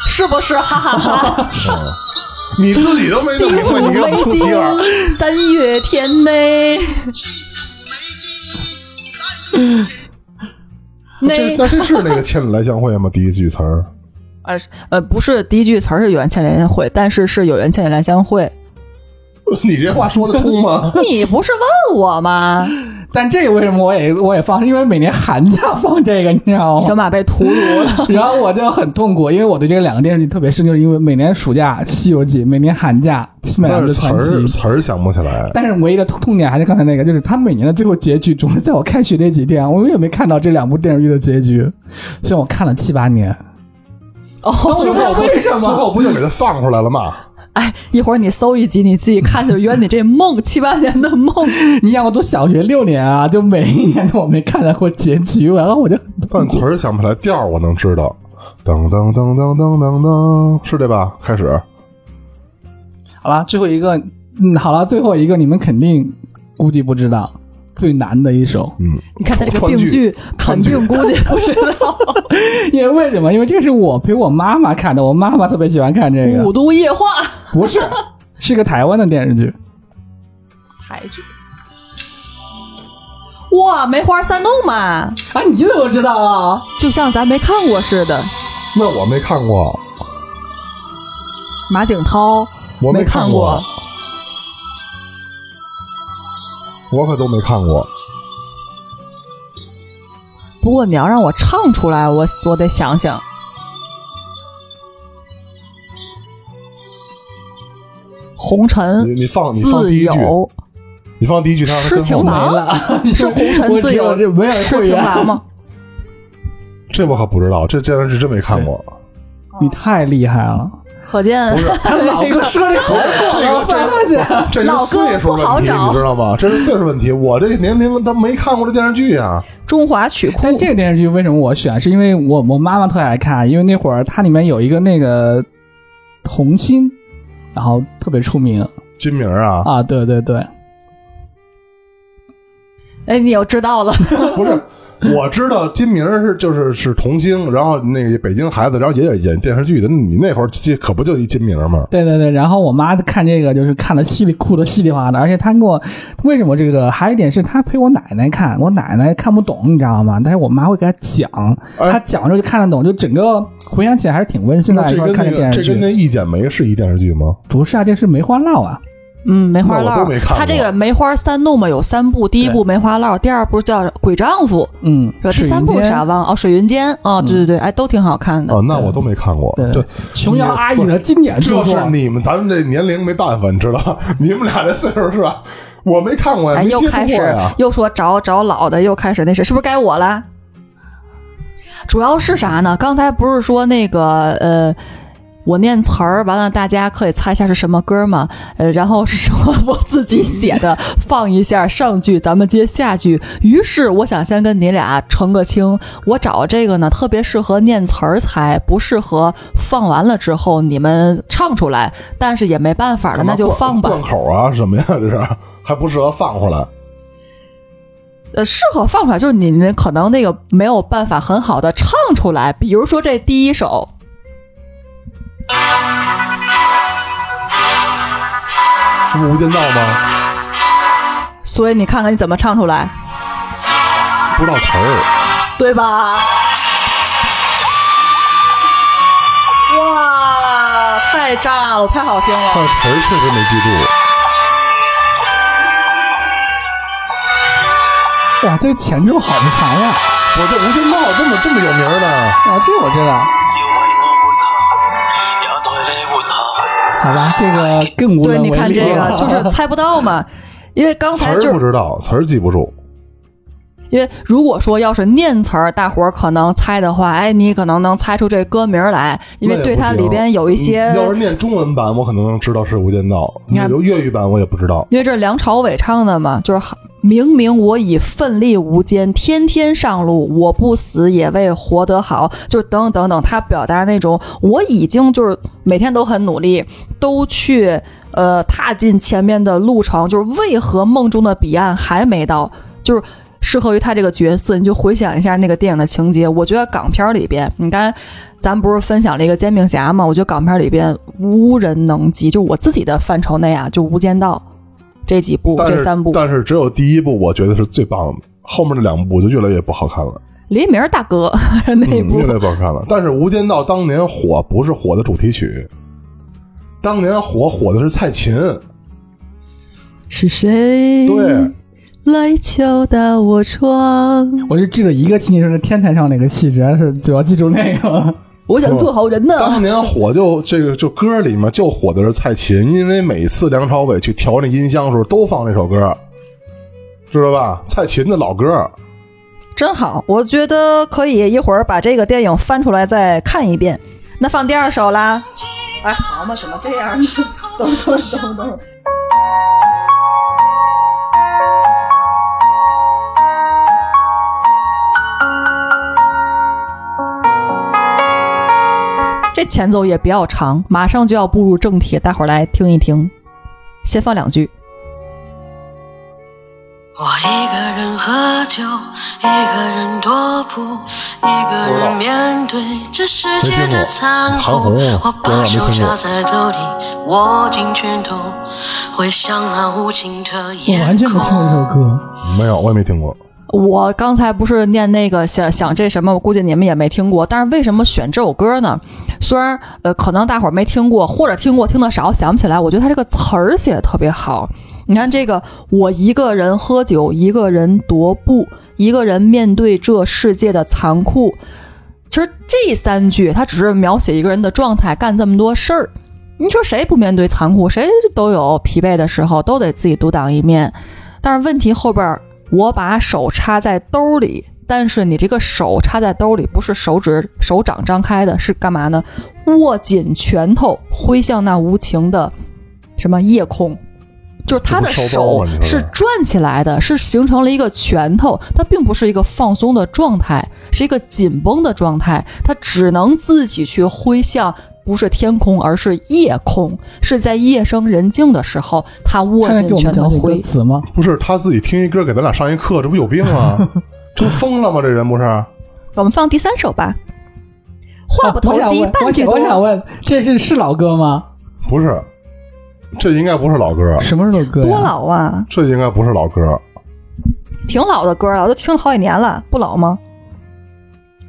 S2: 是不是？哈哈哈。
S3: 啊 你自己都没弄明白，你给我们出题了。
S2: 三月天内，
S3: 这
S2: 那
S3: 那这是那个千里来相会吗？第一句词儿，
S2: 呃是呃不是第一句词儿是有缘千里来相会，但是是有缘千里来相会。
S3: 你这话说得通吗？
S2: 你不是问我吗？
S1: 但这个为什么我也我也放？是因为每年寒假放这个，你知道吗？
S2: 小马被屠 戮 了。
S1: 然后我就很痛苦，因为我对这两个电视剧特别深，就是因为每年暑假《西游记》，每年寒假《西满
S3: 但
S1: 娘
S3: 是
S1: 子传
S3: 词
S1: 奇
S3: 儿》。 词儿想不起 来。
S1: 但是唯一的痛痛点还是刚才那个，就是他每年的最后结局总是在我开学那几天，我也没看到这两部电视剧的结局，虽然我看了七八年。
S2: 哦，
S1: 我就问为什
S3: 最
S1: 么？
S3: 后不就给他放出来了 吗？
S2: 哎，一会儿你搜一集，你自己看就圆你这梦七八年的梦。
S1: 你想我读小学六年啊，就每一年都我没看到过结局，然后我就很
S3: 但词儿想不起来，调儿我能知道。噔噔噔噔噔噔噔，是这吧？开始，
S1: 好了。最后一个，嗯，好了，最后一个你们肯定估计不知道，最难的一首。
S3: 嗯，
S2: 你看他这个
S3: 川
S2: 病句，
S3: 川
S2: 肯
S3: 剧啊
S2: 定估计不知 道。
S1: 因为为什么？因为这个是我陪我妈妈看的，我妈妈特别喜欢看这
S2: 五
S1: 个。
S2: 都夜话
S1: 不是，是个台湾的电视剧。
S2: 台剧。哇，梅花三弄嘛，
S1: 啊，你怎么知道啊？
S2: 就像咱没看过似的。
S3: 那我没看过，
S2: 马景涛
S3: 我没
S2: 看
S3: 看过我可都没看过。
S2: 不过你要让我唱出来，我我得想想。红尘
S3: 你你放你放
S2: 嗯自
S3: 第一句，
S2: 由
S3: 你放第一句，他
S2: 痴情
S1: 没
S2: 郎
S1: 了，
S2: 是红尘自
S1: 啊我
S2: 由
S1: 只有这没有
S2: 痴
S1: 会
S2: 情
S1: 员
S2: 郎吗？
S3: 这我可不知道，这这人是真没看过。
S1: 你太厉害了，
S2: 可见
S1: 他老哥说
S2: 哦
S1: 的 口我发啊 现
S3: 这是岁
S2: 老
S3: 数
S2: 哥不好
S3: 问题，
S2: 找
S3: 你知道吗？这是岁数问题。我这年龄他没看过这电视剧啊，
S2: 中华曲库，
S1: 但这个电视剧为什么我选？是因为我我妈妈特爱看，因为那会儿它里面有一个那个童星，然后特别出名
S3: 金明儿啊，
S1: 啊，对对对，
S2: 哎，你又知道了，
S3: 不是。我知道金明儿是就是是童星，然后那个北京孩子，然后也演演电视剧的。你那会儿这可不就一金明儿吗？
S1: 对对对，然后我妈看这个就是看的稀里哭的稀里哗啦的，而且她跟我为什么这个还有一点是她陪我奶奶看，我奶奶看不懂，你知道吗？但是我妈会给她讲，
S3: 哎
S1: 她讲之后就看得懂，就整个回想起来还是挺温馨的。
S3: 这
S1: 一块
S3: 跟
S1: 儿看
S3: 那
S1: 这
S3: 个
S1: 电视
S3: 这跟
S1: 剧
S3: 那《一剪梅》是一电视剧吗？
S1: 不是啊，这是梅花烙啊，
S2: 嗯，梅花
S3: 那我都没
S2: 烙
S3: 看，过
S2: 他这个梅花三弄嘛有三部，第一部梅花烙，第二部叫鬼丈夫，
S1: 嗯，
S2: 是吧？第
S1: 水
S2: 三
S1: 云
S2: 部
S1: 间
S2: 是啥忘了？哦，水云间，哦，对
S3: 嗯
S2: 对对，哎，都挺好看的
S3: 啊，。那我都没看过。
S1: 对
S3: 这
S1: 琼瑶阿姨的经典著
S3: 这
S1: 作，
S3: 是你们咱们这年龄没办法，你知道？你们俩这岁数是吧？我没看过呀，
S2: 哎，
S3: 没
S2: 又
S3: 接
S2: 开
S3: 触
S2: 始
S3: 过呀。
S2: 又说找找老的，又开始那是是不是该我了？主要是啥呢？刚才不是说那个呃，我念词儿，完了大家可以猜一下是什么歌吗？呃，然后是我 我自己写的，放一下上句，咱们接下句。于是我想先跟你俩澄个清，我找这个呢特别适合念词儿猜，不适合放完了之后你们唱出来，但是也没办法了，
S3: 干嘛
S2: 那就
S3: 灌
S2: 放吧。
S3: 灌口啊，什么呀？这是还不适合放回来。
S2: 呃，适合放出来，就是你们可能那个没有办法很好的唱出来。比如说这第一首，
S3: 这不《无间道》吗？
S2: 所以你看看你怎么唱出来，
S3: 不知道词儿，
S2: 对吧？哇，太炸了，太好听了！
S3: 但是词儿确实没记住。
S1: 哇，这个前奏好长呀、啊！
S3: 我这《无间道》这么这么有名儿呢？
S2: 哦
S1: 哇，这我知道，
S4: 要為我活下去，也對你活下去。
S1: 好吧，这个更无
S2: 对，
S1: 能为
S2: 你
S1: 力
S2: 看这个
S1: 了
S2: 就是猜不到嘛，因为刚
S3: 词
S2: 才
S3: 儿
S2: 就
S3: 不知道，词儿记不住。
S2: 因为如果说要是念词儿，大伙儿可能猜的话，哎，你可能能猜出这歌名儿来，因为
S3: 那也
S2: 对
S3: 不
S2: 它
S3: 行
S2: 里边有一些
S3: 嗯要是念中文版，我可能能知道是《无间道》；
S2: 你看
S3: 有粤语版我也不知道。
S2: 因为这是梁朝伟唱的嘛，就是明明我已奋力无间，天天上路，我不死也为活得好，就是等等等，他表达那种我已经就是每天都很努力，都去呃踏进前面的路程，就是为何梦中的彼岸还没到，就是。适合于他这个角色，你就回想一下那个电影的情节。我觉得港片里边，你刚才咱不是分享了一个《煎饼侠》嘛？我觉得港片里边无人能及，就我自己的范畴内啊，就《无间道》这几部，
S3: 但
S2: 这
S3: 是
S2: 三部。
S3: 但是只有第一部我觉得是最棒的，后面那两部就越来越不好看了。
S2: 黎明大哥 那
S3: 嗯，
S2: 部
S3: 越来越不好看了。但是《无间道》当年火不是火的主题曲，当年火火的是蔡琴，
S2: 是谁？
S3: 对，
S2: 来敲打我窗，
S1: 我就记得一个情节，就是天台上那个戏，主要是主要记住那个。
S2: 我想做好人呢。
S3: 当年火就这个就歌里面就火的是蔡琴，因为每次梁朝伟去调那音箱的时候都放这首歌，知道吧？蔡琴的老歌，
S2: 真好，我觉得可以一会儿把这个电影翻出来再看一遍。那放第二首啦。哎，好嘛，怎么这样 呢？等等等等。这前奏也比较长，马上就要步入正题，大伙儿来听一听。先放两句，
S7: 我一个人喝酒，一个人踱步，一个人面对这世界的残
S3: 没听过韩
S7: 酷
S3: 红啊。
S7: 我把手
S3: 不知道有没有听过
S7: 插在兜里，握紧拳头，回想那无尽的
S1: 我
S7: 夜
S3: 啊
S1: 完全没听过这
S7: 空。
S1: 首歌，
S3: 没有，我也没听过。
S2: 我刚才不是念那个想想这什么，我估计你们也没听过。但是为什么选这首歌呢？虽然呃，可能大伙儿没听过，或者听过听的少，想不起来。我觉得它这个词儿写的特别好。你看这个，我一个人喝酒，一个人踱步，一个人面对这世界的残酷。其实这三句，它只是描写一个人的状态，干这么多事儿。你说谁不面对残酷？谁都有疲惫的时候，都得自己独当一面。但是问题后边儿，我把手插在兜里，但是你这个手插在兜里，不是手指手掌张开的，是干嘛呢？握紧拳头，挥向那无情的什么夜空。就是他的
S3: 这不烧
S2: 手
S3: 包吗你说
S2: 是
S3: 这
S2: 转起来的，是形成了一个拳头，它并不是一个放松的状态，是一个紧绷的状态，它只能自己去挥向不是天空，而是夜空，是在夜深人静的时候，他握
S1: 他在给
S2: 紧
S1: 我们
S2: 拳头
S1: 讲解
S2: 挥
S1: 歌。词吗？
S3: 不是他自己听一歌给咱俩上一课，这不有病吗？这不疯了吗？这人不是？
S2: 我们放第三首吧。话不投机
S1: 啊我
S2: 半句
S1: 想问，我想我想
S2: 多，
S1: 问，这是是老歌吗？
S3: 不是，这应该不是老歌，
S1: 什么时候的歌呀？
S8: 多老啊，
S3: 这应该不是老歌。
S8: 挺老的歌了，我都听了好几年了，不老吗？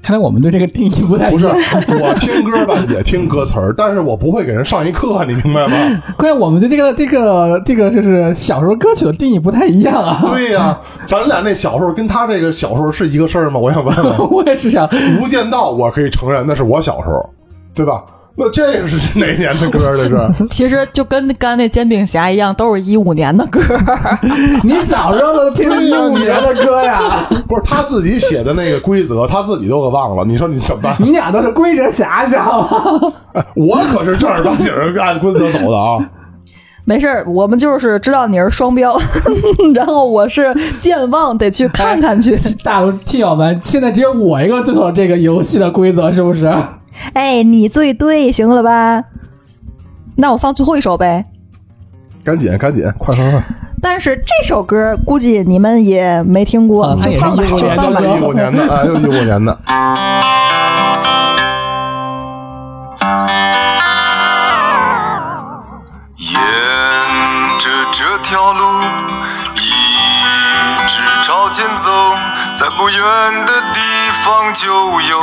S1: 看来我们对这个定义不太一
S3: 不是，
S1: 样。
S3: 我听歌吧也听歌词儿，但是我不会给人上一课，你明白吗？
S1: 关键我们对这个这个这个就是小时候歌曲的定义不太一样啊。
S3: 对呀、咱俩那小时候跟他这个小时候是一个事儿吗？我想问问。
S1: 我也是想，
S3: 《无间道》，我可以承认那是我小时候，对吧？那这是哪年的歌？这是
S2: 其实就跟刚才那煎饼侠一样，都是一五年的歌。
S1: 你小时候都听
S3: 对
S1: 一
S3: 呀
S1: 五年的歌呀？
S3: 不是他自己写的那个规则，他自己都给忘了。你说你怎么办？
S1: 你俩都是规则侠，你知道吗？
S3: 我可是正儿八经儿按规则走的啊！
S8: 没事儿，我们就是知道你是双 标，然后我是健忘，得去看看去。
S1: 大陆听友们，现在只有我一个人遵守这个游戏的规则，是不是？
S3: 啊
S8: 哎，你最对，行了吧？那我放最后一首呗。
S3: 赶紧，赶紧，快快快！
S8: 但是这首歌估计你们也没听过，
S1: 啊它
S8: 就
S1: 也是
S8: 放吧，
S1: 15
S8: 就
S1: 年
S8: 放
S1: 的
S8: 吧。
S3: 一五年的，哎，又一五 年的，
S5: 沿着这条路一直朝前走，在不远的地方就有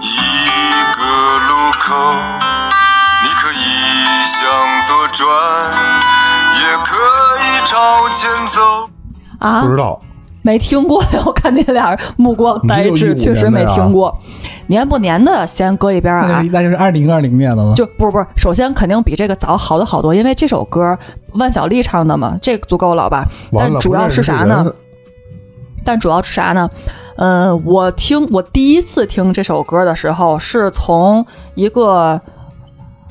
S5: 一个路口，你可以向左转，也可以朝前走。
S2: 啊
S3: 不，知道。
S2: 没听过呀！我看你俩目光呆滞，
S3: 你这
S2: 确
S3: 有
S2: 实
S3: 15
S2: 没
S3: 年的呀
S2: 听过。年不年的先搁一边儿
S1: 那
S2: 啊
S1: 就，那就是二零二零年的了。
S2: 就不是不是，首先肯定比这个早好的好多，因为这首歌万晓利唱的嘛，这个足够老吧？
S3: 完
S2: 但
S3: 了，
S2: 主要是啥呢？但主要是啥呢？呃，我听我第一次听这首歌的时候，是从一个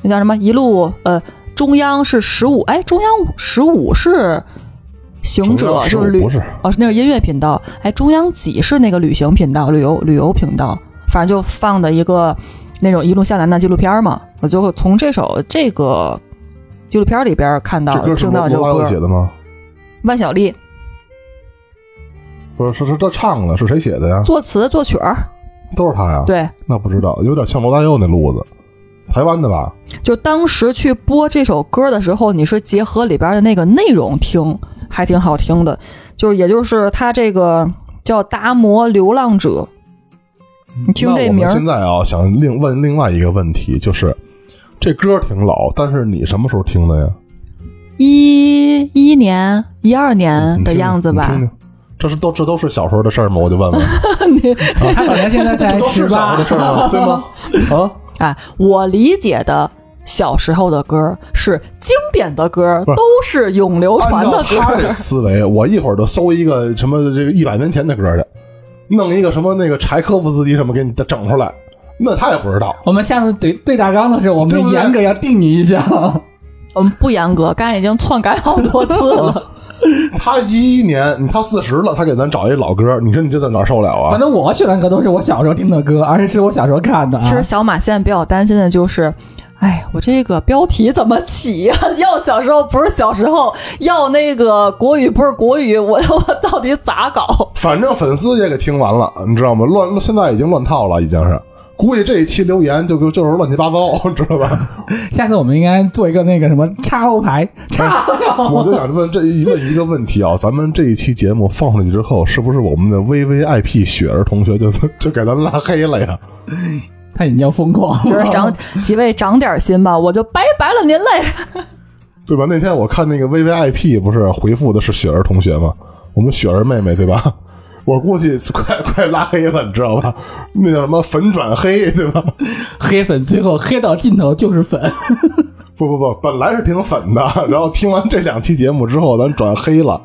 S2: 那叫什么一路呃中央是十五，哎，中央十五是行
S3: 中
S2: 者
S3: 央，
S2: 就是
S3: 15
S2: 旅
S3: 不是
S2: 哦，那是音乐频道，哎，中央几是那个旅行频道，旅游旅游频道，反正就放的一个那种一路向南的纪录片嘛，我就从这首这个纪录片里边看到
S3: 这歌是
S2: 啊听到这
S3: 罗
S2: 个
S3: 罗大佑
S2: 歌，
S3: 写的吗？
S2: 万晓利
S3: 不是，是是他唱的，是谁写的呀？
S2: 作词作曲儿，
S3: 都是他呀。，
S2: 对。
S3: 那不知道，有点像罗大佑那路子，台湾的吧？
S2: 就当时去播这首歌的时候，你是结合里边的那个内容听，还挺好听的。就是也就是他这个叫《达摩流浪者》，你听这名
S3: 那我们
S2: 儿
S3: 现，在啊，想另问另外一个问题，就是这歌挺老，但是你什么时候听的呀？
S2: 一一年、一二年
S3: 你
S2: 嗯的
S3: 听
S2: 样子吧
S3: 你听。听，这是都这都是小时候的事儿吗？我就问 问，
S1: 他好像现在
S3: 这
S1: 才
S3: 都
S1: 十
S3: 是小时候
S1: 八
S3: 的，事儿吗？对 吗？啊，
S2: 哎，我理解的小时候的歌是经典的歌，
S3: 不是
S2: 都是永流传
S3: 按
S2: 的
S3: 照
S2: 歌。
S3: 他这思维，我一会儿就搜一个什么这个一百年前的歌去，弄一个什么那个柴科夫斯基什么给你整出来，那他也不知道。
S1: 我们下次对对大纲的时候，我
S3: 对
S1: 们
S3: 不对
S1: 严格要定你一下。
S2: 我们嗯不严格，刚才已经篡改好多次 了。
S3: 他一一年，他四十了，他给咱找一老歌，你说你这在哪儿受了啊
S1: 反？正我选的歌都是我小时候听的歌，而且是我小时候看的啊。
S2: 其实小马现在比较担心的就是，哎，我这个标题怎么起呀、 要小时候不是小时候，要那个国语不是国语，我我到底咋搞？
S3: 反正粉丝也给听完了，你知道吗？乱，现在已经乱套了，已经是估计这一期留言就就就是乱七八糟， 知道吧？
S1: 下次我们应该做一个那个什么叉 O 牌，叉 O
S3: 我就想问这一问一个问题啊，咱们这一期节目放出去之后，是不是我们的 VVIP 雪儿同学就就给咱拉黑了呀？
S1: 他已经要疯狂
S2: 就是
S1: 了。
S2: 长几位长点心吧，我就拜拜了您嘞。
S3: 对吧？那天我看那个 VVIP 不是回复的是雪儿同学吗？我们雪儿妹妹对吧？我估计快快拉黑了，你知道吧？那叫什么粉转黑对吧？
S1: 黑粉最后黑到尽头就是粉，
S3: 不不不，本来是挺粉的， 然后听完这两期节目之后，咱转黑了。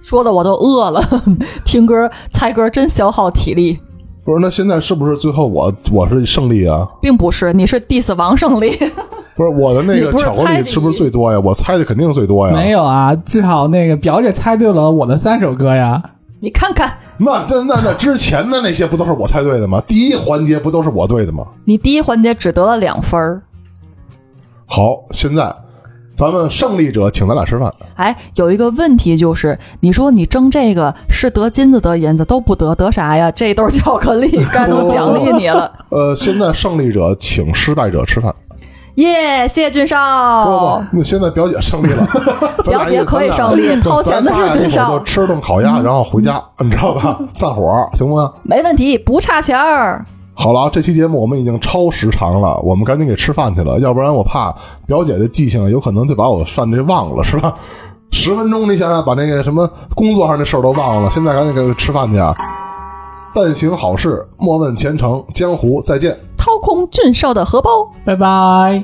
S2: 说的我都饿了， 听歌猜歌真消耗体力，
S3: 不是，那现在是不是最后我我是胜利啊？
S2: 并不是你是 diss 王胜利，
S3: 不是我的那个
S2: 你不是
S3: 巧克力是不是最多呀？我猜的肯定最多呀。
S1: 没有啊，至少那个表姐猜对了我的三首歌呀。
S2: 你看看
S3: 那那那那之前的那些不都是我猜对的吗？第一环节不都是我对的吗？
S2: 你第一环节只得了两分儿。
S3: 好，现在咱们胜利者请咱俩吃饭。
S2: 哎，有一个问题就是，你说你争这个是得金子得银子都不得，得啥呀？这都是巧克力，该都奖励你了，
S3: 呃，现在胜利者请失败者吃饭。
S2: 耶！谢谢俊少，
S3: 那现在表姐胜 利了，咱
S2: 哦
S3: 俩
S2: 表姐可以
S3: 咱
S2: 胜
S3: 俩
S2: 利掏
S3: 咱
S2: 钱的
S3: 仨
S2: 是俊
S3: 一口
S2: 少
S3: 就吃顿烤鸭，然后回家，你知道吧？散伙儿行不行？
S2: 没问题，不差钱儿。
S3: 好了啊，这期节目我们已经超时长了，我们赶紧给吃饭去了，要不然我怕表姐这记性有可能就把我饭这忘了，是吧？ 十分钟，你想想把那个什么工作上的事儿都忘了，现在赶紧给吃饭去啊！但行好事，莫问前程，江湖再见。
S2: 掏空俊少的荷包。
S1: 拜拜。